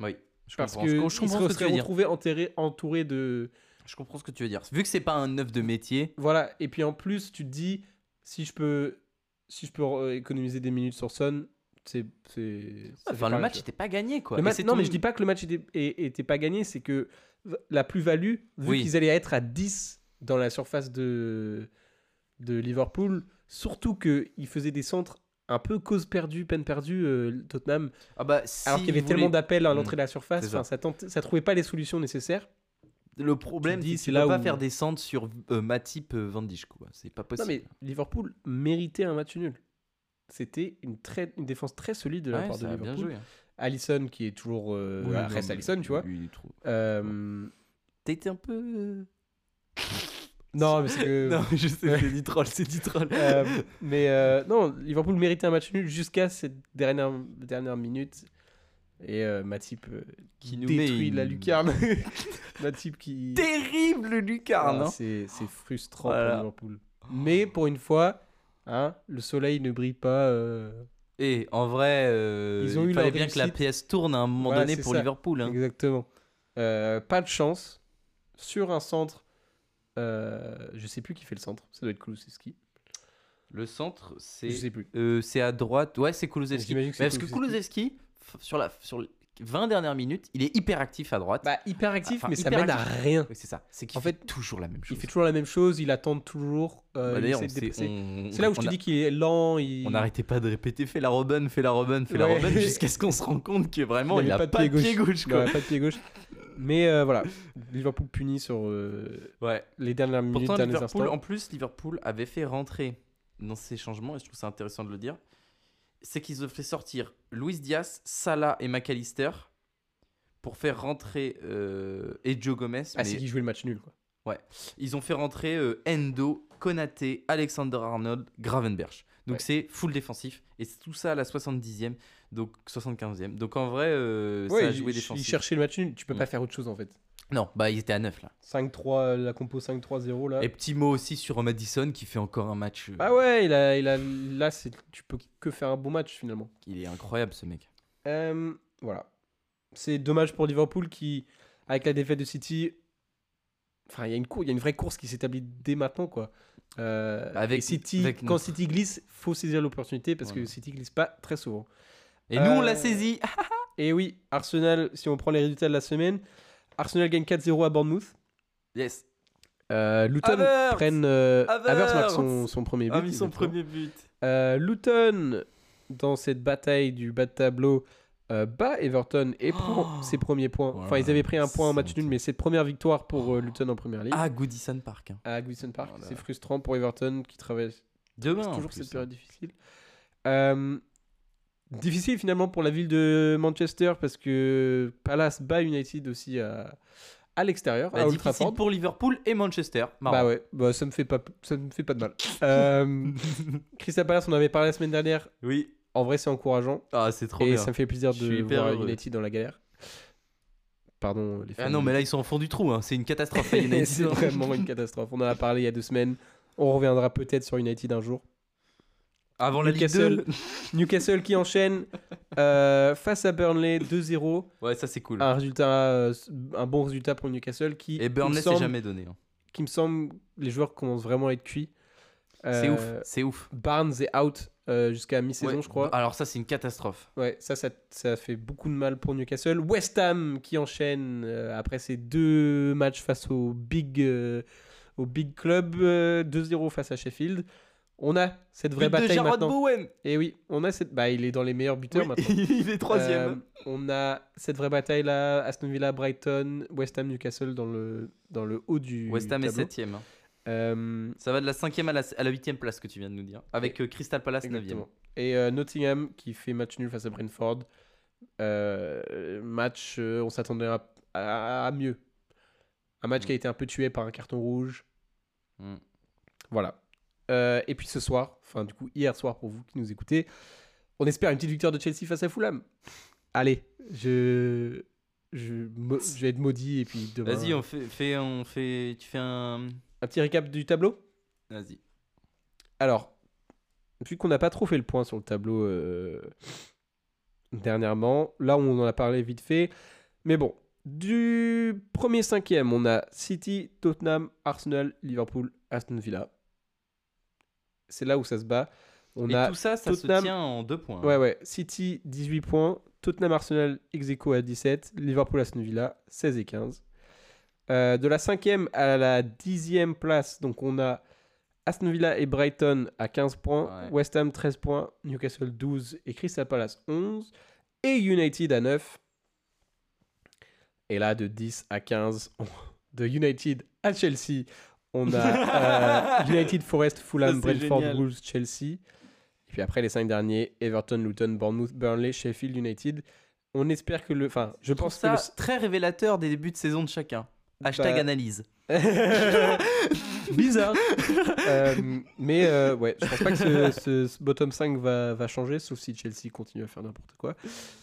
S6: Oui. Je
S5: Parce
S6: comprends, ce
S5: que
S6: qu'on-
S5: ils
S6: je comprends
S5: se
S6: ce que tu
S5: seraient
S6: veux dire.
S5: retrouvés enterrés, entourés de.
S6: Je comprends ce que tu veux dire. Vu que c'est pas un œuf de métier,
S5: Voilà, et puis en plus, tu te dis, si je peux, si je peux euh, économiser des minutes sur Son, c'est. c'est- ça fait
S6: enfin, le
S5: pareil,
S6: match
S5: tu vois.
S6: n'était pas gagné, quoi.
S5: Le
S6: Et
S5: match-
S6: c'est
S5: non,
S6: tout-
S5: mais je dis pas que le match était, é- était pas gagné, c'est que v- la plus-value, vu
S6: Oui.
S5: qu'ils allaient être à 10 dans la surface de, de Liverpool, surtout qu'ils faisaient des centres un peu cause perdue, peine perdue, euh, Tottenham,
S6: Ah bah, si
S5: alors qu'il y avait
S6: vous
S5: tellement
S6: voulez-
S5: d'appels à l'entrée de la surface,
S6: C'est ça.
S5: enfin, ça, tentait- ça trouvait pas les solutions nécessaires.
S6: Le
S5: tu
S6: problème,
S5: te
S6: c'est
S5: dis,
S6: que
S5: c'est
S6: tu
S5: là
S6: peux pas
S5: où-
S6: faire des centres sur euh, Matip euh, Van Dijk, quoi. C'est pas
S5: Non,
S6: possible.
S5: mais Liverpool méritait un match nul. C'était une, très, une défense très solide de la
S6: Ouais,
S5: part de
S6: ça a bien
S5: Liverpool.
S6: joué. hein.
S5: Allison qui est toujours euh,
S6: Oui, non,
S5: reste
S6: mais
S5: Allison, tu vois.
S6: lui, il trouve-
S5: Euh,
S6: T'étais un peu.
S5: non, mais c'est que-
S6: Non, je sais, c'est du troll, c'est du troll.
S5: Euh, mais euh, non, Liverpool méritait un match nul jusqu'à cette dernière, dernière minute. Et euh, Matip euh,
S6: Qui nous met
S5: détruit
S6: une-
S5: la lucarne. Matip qui.
S6: Terrible
S5: Ah,
S6: lucarne. hein.
S5: c'est c'est frustrant
S6: Voilà.
S5: pour Liverpool. Mais pour une fois, hein, le soleil ne brille pas. euh,
S6: Et en vrai, euh,
S5: Ils ont
S6: il
S5: eu
S6: fallait
S5: leur
S6: bien que la
S5: réussite.
S6: PS tourne à un moment
S5: Voilà,
S6: donné
S5: c'est
S6: pour
S5: ça.
S6: Liverpool. hein.
S5: Exactement. Euh, pas de chance. Sur un centre. euh, je sais plus qui fait le centre. Ça doit être Kulusevski.
S6: Le centre,
S5: Je
S6: c'est
S5: sais plus.
S6: euh, c'est à droite. Ouais, c'est Kulusevski.
S5: J'imagine
S6: Mais
S5: que c'est
S6: Parce que Kulusevski, f- sur, la, sur les 20 dernières minutes, il est hyper actif à droite.
S5: Bah, hyper actif,
S6: Ah, Enfin,
S5: mais ça
S6: hyper
S5: mène à
S6: actif.
S5: rien.
S6: Oui, c'est ça. C'est qu'il
S5: En
S6: fait,
S5: fait,
S6: toujours la même chose.
S5: Il fait toujours la même chose, il attend toujours. euh,
S6: Bah,
S5: il
S6: d'ailleurs,
S5: essaie
S6: on
S5: de
S6: s'est-
S5: dépasser.
S6: on-
S5: C'est là où je
S6: on
S5: te
S6: a-
S5: dis qu'il est lent. Il...
S6: On n'arrêtait pas de répéter fais la Robin, fais la Robin, fais la
S5: Ouais.
S6: Robin, jusqu'à ce qu'on se rende compte que vraiment
S5: n'avait
S6: il a pas, de pied gauche.
S5: Non,
S6: quoi.
S5: il a pas de pied gauche. Mais euh, voilà, Liverpool puni sur euh,
S6: Ouais.
S5: les dernières minutes,
S6: Pourtant,
S5: derniers
S6: Liverpool,
S5: instants.
S6: en plus, Liverpool avait fait rentrer dans ces changements, et je trouve ça intéressant de le dire, c'est qu'ils ont fait sortir Luis Diaz, Salah et McAllister pour faire rentrer euh, et Joe Gomez.
S5: Ah,
S6: mais
S5: c'est qui jouait le match nul. Quoi.
S6: Ils ont fait rentrer euh, Endo, Konaté, Alexander Arnold, Gravenberch. Donc
S5: Ouais.
S6: c'est full défensif, et c'est tout ça à la 70e, donc 75e. Donc en vrai, euh, ça a
S5: Ouais, il,
S6: joué
S5: il
S6: défensif.
S5: cherchait le match nul, tu peux
S6: Mm.
S5: pas faire autre chose en fait.
S6: Non, bah ils étaient à 9 là.
S5: 5-3, la compo 5-3-0 là.
S6: Et petit mot aussi sur Madison qui fait encore un match. euh,
S5: Ah ouais, il a, il a, là c'est- tu peux que faire un bon match finalement.
S6: Il est incroyable ce mec.
S5: Euh, voilà. C'est dommage pour Liverpool qui, avec la défaite de City, enfin, il y, a une cour- il y a une vraie course qui s'établit dès maintenant, quoi. Euh,
S6: Avec-
S5: et City,
S6: avec
S5: quand
S6: notre-
S5: City glisse, faut saisir l'opportunité parce
S6: Voilà.
S5: que City glisse pas très souvent.
S6: Et nous, on
S5: Euh,
S6: l'a saisi. Ah,
S5: Et oui, Arsenal, si on prend les résultats de la semaine, Arsenal gagne 4-0 à Bournemouth.
S6: yes.
S5: Euh, Luton
S6: Havertz
S5: prennent. euh,
S6: Havertz
S5: Havertz marque son, son premier but.
S6: Ah, mis son
S5: exactement.
S6: premier but.
S5: Euh, Luton, dans cette bataille du bas de tableau, euh, bat Everton et prend
S6: Oh.
S5: ses premiers points.
S6: Voilà.
S5: Enfin, ils avaient pris un point en match
S6: C'est
S5: nul,
S6: honteux.
S5: mais c'est première victoire pour euh, Luton en première ligue.
S6: Ah, Goodison Park. hein.
S5: À Goodison Park,
S6: Voilà.
S5: c'est frustrant pour Everton qui traverse
S6: Demain. en
S5: toujours
S6: plus,
S5: cette
S6: hein.
S5: période difficile. Euh, difficile finalement pour la ville de Manchester parce que Palace bat United aussi à, à l'extérieur,
S6: Bah,
S5: à Old
S6: difficile
S5: Trafford.
S6: pour Liverpool et Manchester. Marrant.
S5: Bah ouais, bah ça me fait pas, ça me fait pas de mal. Euh, Crystal Palace, on en avait parlé la semaine dernière.
S6: Oui.
S5: En vrai, c'est encourageant.
S6: Ah, c'est trop
S5: et
S6: bien.
S5: ça me fait plaisir
S6: Je suis
S5: de
S6: hyper
S5: voir
S6: heureux.
S5: United dans la galère. Pardon les fans.
S6: Ah non, mais là, ils sont au fond du trou. hein. C'est une catastrophe. à United.
S5: c'est vraiment une catastrophe. On en a parlé il y a deux semaines. On reviendra peut-être sur United un jour.
S6: Avant la Ligue
S5: Newcastle.
S6: 2.
S5: Newcastle qui enchaîne euh, face à Burnley 2-0.
S6: Ouais, ça, c'est cool.
S5: Un, résultat, euh, un bon résultat pour Newcastle qui, il
S6: et
S5: me
S6: Burnley, c'est
S5: semble-
S6: jamais donné. hein.
S5: qui me semble, les joueurs commencent vraiment à être cuits.
S6: C'est
S5: Euh,
S6: ouf. C'est ouf.
S5: Barnes est out euh, jusqu'à mi-saison,
S6: Ouais.
S5: je crois.
S6: Alors, ça, c'est une catastrophe.
S5: Ouais, ça, ça, ça fait beaucoup de mal pour Newcastle. West Ham qui enchaîne euh, après ses deux matchs face au big, euh, au big club, euh, 2-0 face à Sheffield. On a cette vraie
S6: But de
S5: bataille
S6: Jarrod
S5: maintenant.
S6: Bowen.
S5: Et oui, on a cette. Bah, il est dans les meilleurs buteurs
S6: Oui,
S5: maintenant.
S6: il est troisième.
S5: Euh, on a cette vraie bataille là, Aston Villa, Brighton, West Ham, Newcastle dans le dans le haut du.
S6: West Ham est
S5: tableau.
S6: septième. hein.
S5: Euh,
S6: Ça va de la 5ème à la, à la 8ème place que tu viens de nous dire. Avec euh, Crystal Palace 9ème.
S5: exactement. Et euh, Nottingham qui fait match nul face à Brentford. Euh, match, euh, on s'attendait à, à- à mieux. Un match
S6: Mm.
S5: qui a été un peu tué par un carton rouge.
S6: Mm.
S5: Voilà. Euh, et puis ce soir, enfin du coup hier soir pour vous qui nous écoutez, on espère une petite victoire de Chelsea face à Fulham. Allez, je, je, me- je vais être maudit et puis demain.
S6: Vas-y, on fait, fait- on fait, tu fais un.
S5: Un petit récap du tableau
S6: Vas-y.
S5: Alors, vu qu'on n'a pas trop fait le point sur le tableau euh, dernièrement, là on en a parlé vite fait, mais bon, du premier cinquième, on a City, Tottenham, Arsenal, Liverpool, Aston Villa. C'est là où ça se bat. On
S6: Et
S5: a
S6: tout ça, ça
S5: Tottenham-
S6: se tient en deux points. hein.
S5: Ouais, ouais. City, 18 points. Tottenham Arsenal, ex aequo à 17. Liverpool Aston Villa, 16 et 15. Euh, de la 5e à la 10e place, donc on a Aston Villa et Brighton à 15 points.
S6: Ouais.
S5: West Ham, 13 points. Newcastle, 12. Et Crystal Palace, 11. Et United à 9. Et là, de 10 à 15, on- de United à Chelsea, on a euh, United Forest, Fulham,
S6: Ça, c'est
S5: Brentford,
S6: génial.
S5: Wolves, Chelsea. Et puis après, les cinq derniers, Everton, Luton, Bournemouth, Burnley, Sheffield United. On espère que le. Enfin, je
S6: Je pense
S5: pense
S6: ça
S5: que.
S6: très révélateur des débuts de saison de chacun. Hashtag
S5: Bah-
S6: analyse.
S5: le- Bizarre Euh, Mais euh, ouais, je pense pas que ce, ce- ce bottom 5 va, va changer, sauf si Chelsea continue à faire n'importe quoi.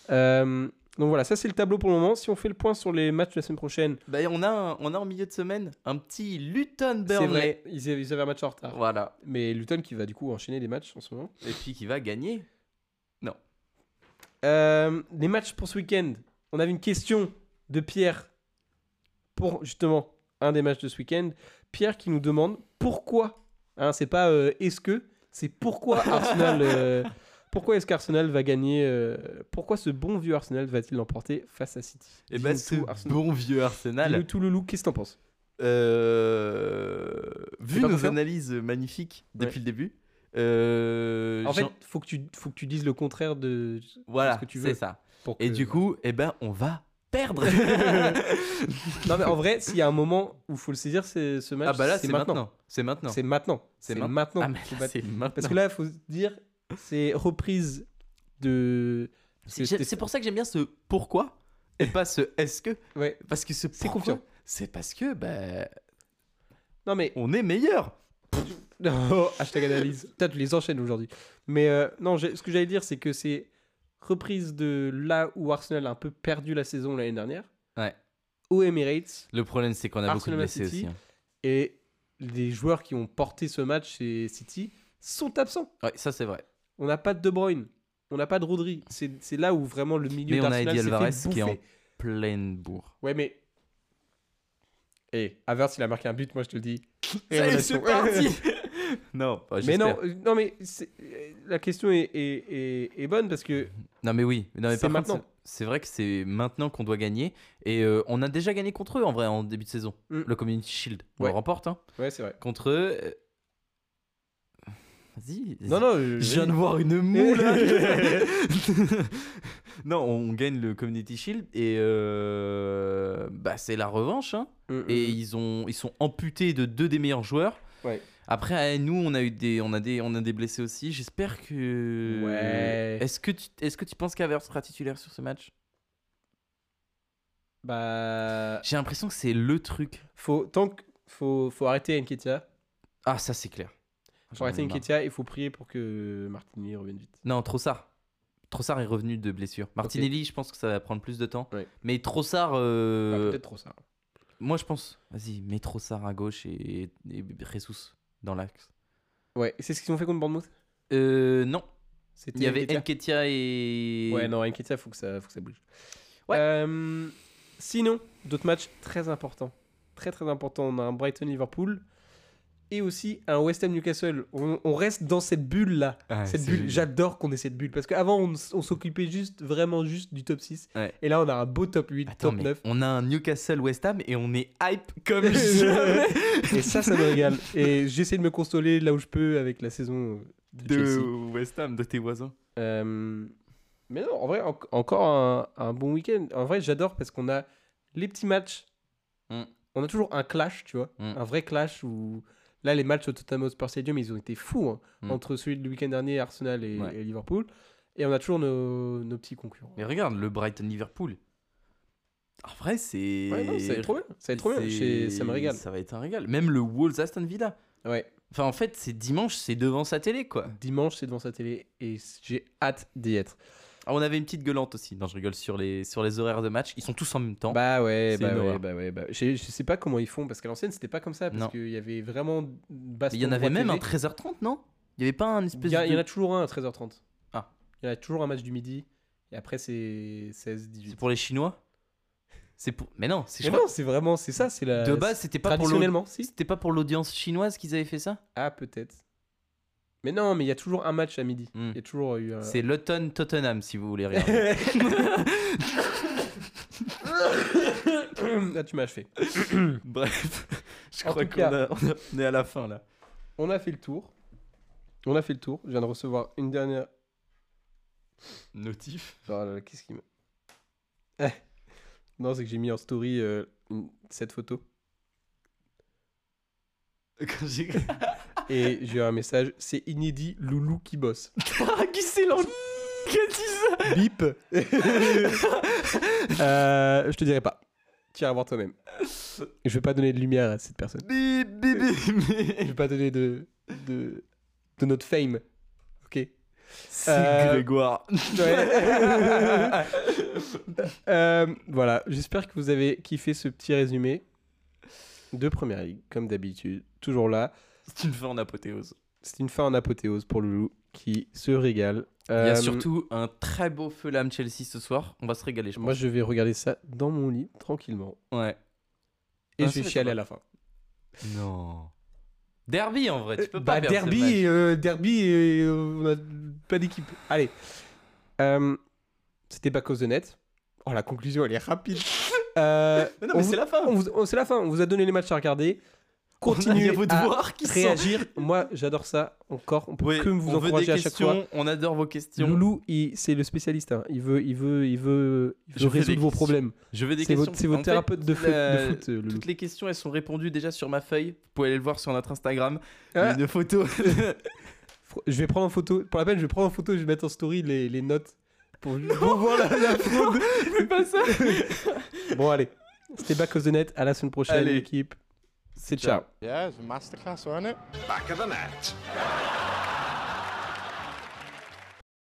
S5: Euh, donc voilà, ça c'est le tableau pour le moment. Si on fait le point sur les matchs de la semaine prochaine,
S6: Bah, on, a un- on a en milieu de semaine un petit Luton
S5: c'est
S6: Burnley.
S5: vrai, ils, ils avaient un match en retard.
S6: Voilà.
S5: Mais Luton qui va du coup enchaîner les matchs en ce moment.
S6: Et puis qui va gagner.
S5: Euh, les matchs pour ce week-end. On avait une question de Pierre pour justement un des matchs de ce week-end. Pierre qui nous demande pourquoi. Hein, c'est pas euh, est-ce que, c'est pourquoi Arsenal. euh, pourquoi est-ce qu'Arsenal va gagner euh, Pourquoi ce bon vieux Arsenal va-t-il l'emporter face à City
S6: Et bah,
S5: Dis-nous
S6: ce
S5: tout, Arsenal.
S6: bon vieux
S5: Dis-nous
S6: Arsenal.
S5: tout le look, qu'est-ce que t'en penses
S6: euh,
S5: T'es
S6: vu
S5: pas
S6: nos
S5: confiant
S6: analyses magnifiques
S5: Ouais.
S6: depuis le début. euh,
S5: En fait,
S6: j'en-
S5: faut que tu faut que tu dises le contraire de.
S6: voilà,
S5: ce que tu veux. euh,
S6: c'est ça.
S5: pour
S6: Et
S5: que-
S6: du coup, eh ben, on va perdre.
S5: Non mais en vrai, s'il y a un moment où faut le saisir, c'est ce match.
S6: ah bah là, c'est maintenant. C'est maintenant.
S5: C'est maintenant.
S6: C'est
S5: C'est
S6: main-
S5: maintenant.
S6: Ah, mais
S5: qu'il faut
S6: là,
S5: battre.
S6: c'est maintenant.
S5: Parce que là, il faut se dire, c'est reprise de.
S6: C'est-
S5: c'était-
S6: j'ai- C'est pour ça que j'aime bien ce pourquoi et pas ce est-ce que.
S5: Ouais.
S6: Parce que ce
S5: C'est
S6: pourquoi,
S5: confiant.
S6: c'est parce que bah,
S5: Non, mais.
S6: on est meilleur.
S5: Oh, hashtag analyse. Putain, tu les enchaînes aujourd'hui. Mais euh, non, j'ai- ce que j'allais dire, c'est que c'est reprise de là où Arsenal a un peu perdu la saison l'année dernière.
S6: Ouais.
S5: Au Emirates.
S6: Le problème, c'est qu'on a beaucoup de
S5: Arsenal
S6: blessés
S5: City.
S6: aussi. hein.
S5: Et les joueurs qui ont porté ce match chez City sont absents.
S6: Ouais, ça c'est vrai.
S5: On n'a pas de De Bruyne. On n'a pas de Rodri. C'est c'est là où vraiment le milieu
S6: Mais on a
S5: d'Arsenal
S6: Eddie
S5: s'est fait
S6: Alvarez qui est en-
S5: bouffer.
S6: Pleine bourre.
S5: Ouais, mais. Et Havertz, il a marqué un but, moi je te le dis.
S6: Ça y est,
S5: Révélation.
S6: c'est parti. non, bah,
S5: mais
S6: j'espère.
S5: non, euh, non, mais c'est- euh, la question est, est- est- est bonne parce que.
S6: Non mais oui, non mais
S5: C'est
S6: par contre,
S5: maintenant.
S6: c'est- c'est vrai que c'est maintenant qu'on doit gagner et euh, on a déjà gagné contre eux en vrai en début de saison.
S5: Mm.
S6: Le Community Shield, on
S5: Ouais.
S6: le remporte hein.
S5: Ouais, c'est vrai.
S6: Contre eux. euh, Vas-y.
S5: Non, non, je-
S6: Je viens de voir une moule. là. non, on gagne le Community Shield et euh, bah c'est la revanche. hein.
S5: Mm, mm,
S6: Et
S5: mm.
S6: ils ont ils sont amputés de deux des meilleurs joueurs.
S5: Ouais.
S6: Après euh, nous on a eu des on a des on a des blessés aussi. J'espère que.
S5: Ouais.
S6: Est-ce que tu est-ce que tu penses qu'Avers sera titulaire sur ce match
S5: Bah.
S6: J'ai l'impression que c'est le truc.
S5: Faut, tant que. Faut, faut arrêter Nketia.
S6: Ah ça c'est clair.
S5: Faut arrêter
S6: J'en ai marre.
S5: Nketia et faut prier pour que Martini revienne vite.
S6: Non, Trossard. Trossard est revenu de blessure. Martinelli, je pense que ça va prendre plus de temps.
S5: Ouais.
S6: Mais Trossard,
S5: Ah,
S6: euh,
S5: Peut-être trop ça.
S6: moi je pense. Vas-y, mets Trossard à gauche et, et Jesus dans l'axe.
S5: Ouais, c'est ce qu'ils ont fait contre Bournemouth
S6: Euh, non,
S5: C'était
S6: il y avait
S5: Nketiah
S6: Enketia et.
S5: Ouais, non, Nketia, faut que ça, faut que ça bouge.
S6: Ouais.
S5: Euh, sinon, d'autres matchs très importants. Très très importants. On a un Brighton-Liverpool et aussi un West Ham-Newcastle. On, on reste dans cette bulle-là.
S6: Ouais,
S5: cette
S6: Ah, c'est
S5: bulle,
S6: génial.
S5: j'adore qu'on ait cette bulle. Parce qu'avant, on, s- on s'occupait juste, vraiment juste du top 6.
S6: Ouais.
S5: Et là, on a un beau top 8,
S6: Attends,
S5: top
S6: mais
S5: 9.
S6: on a un Newcastle West Ham et on est hype comme jamais
S5: Et ça, ça me régale. Et j'essaie de me consoler là où je peux avec la saison de, Chelsea.
S6: de West Ham, de tes voisins.
S5: Euh, mais non, en vrai, en- encore un, un bon week-end. En vrai, j'adore parce qu'on a les petits matchs.
S6: Mm.
S5: On a toujours un clash, tu vois.
S6: Mm.
S5: Un vrai clash où Là, les matchs au Tottenham Hotspur Stadium, ils ont été fous. hein,
S6: Mm.
S5: Entre celui du week-end dernier, Arsenal et,
S6: Ouais.
S5: et Liverpool. Et on a toujours nos, nos petits concurrents.
S6: Mais regarde, le Brighton-Liverpool. En vrai, c'est.
S5: Ouais, non, ça va être trop bien. Ça va être trop bien. Chez-
S6: C'est-
S5: Ça me régale.
S6: Ça va être un régal. Même le Wolves-Aston Villa.
S5: Ouais.
S6: Enfin, en fait, c'est dimanche, c'est devant sa télé, quoi.
S5: Dimanche, c'est devant sa télé et j'ai hâte d'y être.
S6: Ah, on avait une petite gueulante aussi. Non, je rigole sur les, sur les horaires de match. Ils sont tous en même temps.
S5: Bah ouais,
S6: C'est
S5: bah
S6: une
S5: ouais,
S6: horreur.
S5: bah ouais, bah- Je, je sais pas comment ils font parce qu'à l'ancienne, c'était pas comme ça
S6: Non.
S5: parce qu'il y avait vraiment
S6: Mais il y en avait même un 13h30, non Il y avait pas un
S5: Il
S6: espèce
S5: y, a-
S6: de.
S5: il y en a toujours un à 13h30.
S6: Ah.
S5: Il y en a toujours un match du midi et après, c'est 16, 18.
S6: C'est pour les Chinois C'est pour. Mais non, c'est
S5: Mais
S6: je
S5: non, c'est vraiment, c'est ça, c'est la.
S6: crois- De base, c'était pas pour l'audience.
S5: traditionnellement, si.
S6: C'était pas pour l'audience chinoise qu'ils avaient fait ça
S5: Ah, peut-être. Mais non, mais il y a toujours un match à midi. Il
S6: Hmm.
S5: y a toujours eu un.
S6: C'est l'automne Tottenham, si vous voulez regarder. hein.
S5: Là, Ah, tu m'as achevé.
S6: Bref, je
S5: En
S6: crois
S5: tout
S6: qu'on
S5: cas-
S6: a- on a- on est à la fin là.
S5: On a fait le tour. On a fait le tour. Je viens de recevoir une dernière.
S6: Notif.
S5: Oh là là, qu'est-ce qui me. Eh. Non, c'est que j'ai mis en story euh, une- cette photo.
S6: Quand j'ai.
S5: Et j'ai eu un message c'est inédit, loulou qui bosse.
S6: Ah, qui c'est l'en- Qui a dit ça
S5: Bip Euh, Je te dirai pas. Tu iras voir toi-même. Je vais pas donner de lumière à cette personne.
S6: Bip, bip,
S5: Je
S6: bip.
S5: vais pas donner de. de, de notre fame. Ok
S6: C'est
S5: Euh,
S6: Grégoire.
S5: Ouais. Euh, voilà, j'espère que vous avez kiffé ce petit résumé de Première Ligue, comme d'habitude, toujours là.
S6: C'est une fin en apothéose.
S5: C'est une fin en apothéose pour Loulou qui se régale.
S6: Il y
S5: Euh,
S6: a surtout un très beau feu l'âme Chelsea ce soir. On va se régaler, je
S5: Moi,
S6: pense.
S5: je vais regarder ça dans mon lit, tranquillement.
S6: Ouais.
S5: Et
S6: Ah,
S5: je vais
S6: ça, ça
S5: chialer
S6: va.
S5: à la fin.
S6: Non. Derby en vrai, tu peux
S5: Euh,
S6: pas
S5: bah,
S6: perdre ce
S5: derby,
S6: match.
S5: et, euh, derby et euh, on a pas d'équipe. Allez. Euh, C'était pas cause de net. Oh, la conclusion, elle est rapide. Euh,
S6: Mais non,
S5: on
S6: mais
S5: vous-
S6: c'est la fin.
S5: on vous- on- C'est la fin. On vous a donné les matchs à regarder. Continuez
S6: à vos
S5: à
S6: devoirs qui sont.
S5: réagir. Moi, j'adore ça encore. On peut
S6: Oui,
S5: que vous
S6: on veut
S5: encourager
S6: des
S5: à chaque fois.
S6: questions, On adore vos questions.
S5: Loulou, il- c'est le spécialiste. hein. Il veut, il veut, il veut, il veut
S6: Je fais des
S5: résoudre vos
S6: questions.
S5: problèmes.
S6: Je veux des
S5: C'est
S6: questions.
S5: votre, c'est votre
S6: En fait,
S5: thérapeute de, foot,
S6: la-
S5: de foot, euh, Loulou.
S6: Toutes les questions, elles sont répondues déjà sur ma feuille. Vous pouvez aller le voir sur notre Instagram. Il y
S5: Ah.
S6: a une photo.
S5: Fr- Je vais prendre en photo, pour la peine, je vais prendre en photo, je vais mettre en story les, les notes pour, pour voir la, la fraude.
S6: pas ça.
S5: bon, allez, c'était Back of the Net, à la semaine prochaine,
S6: Allez.
S5: l'équipe. C'est ciao.
S8: Yeah, it's a masterclass, wasn't it?
S1: Back of the net.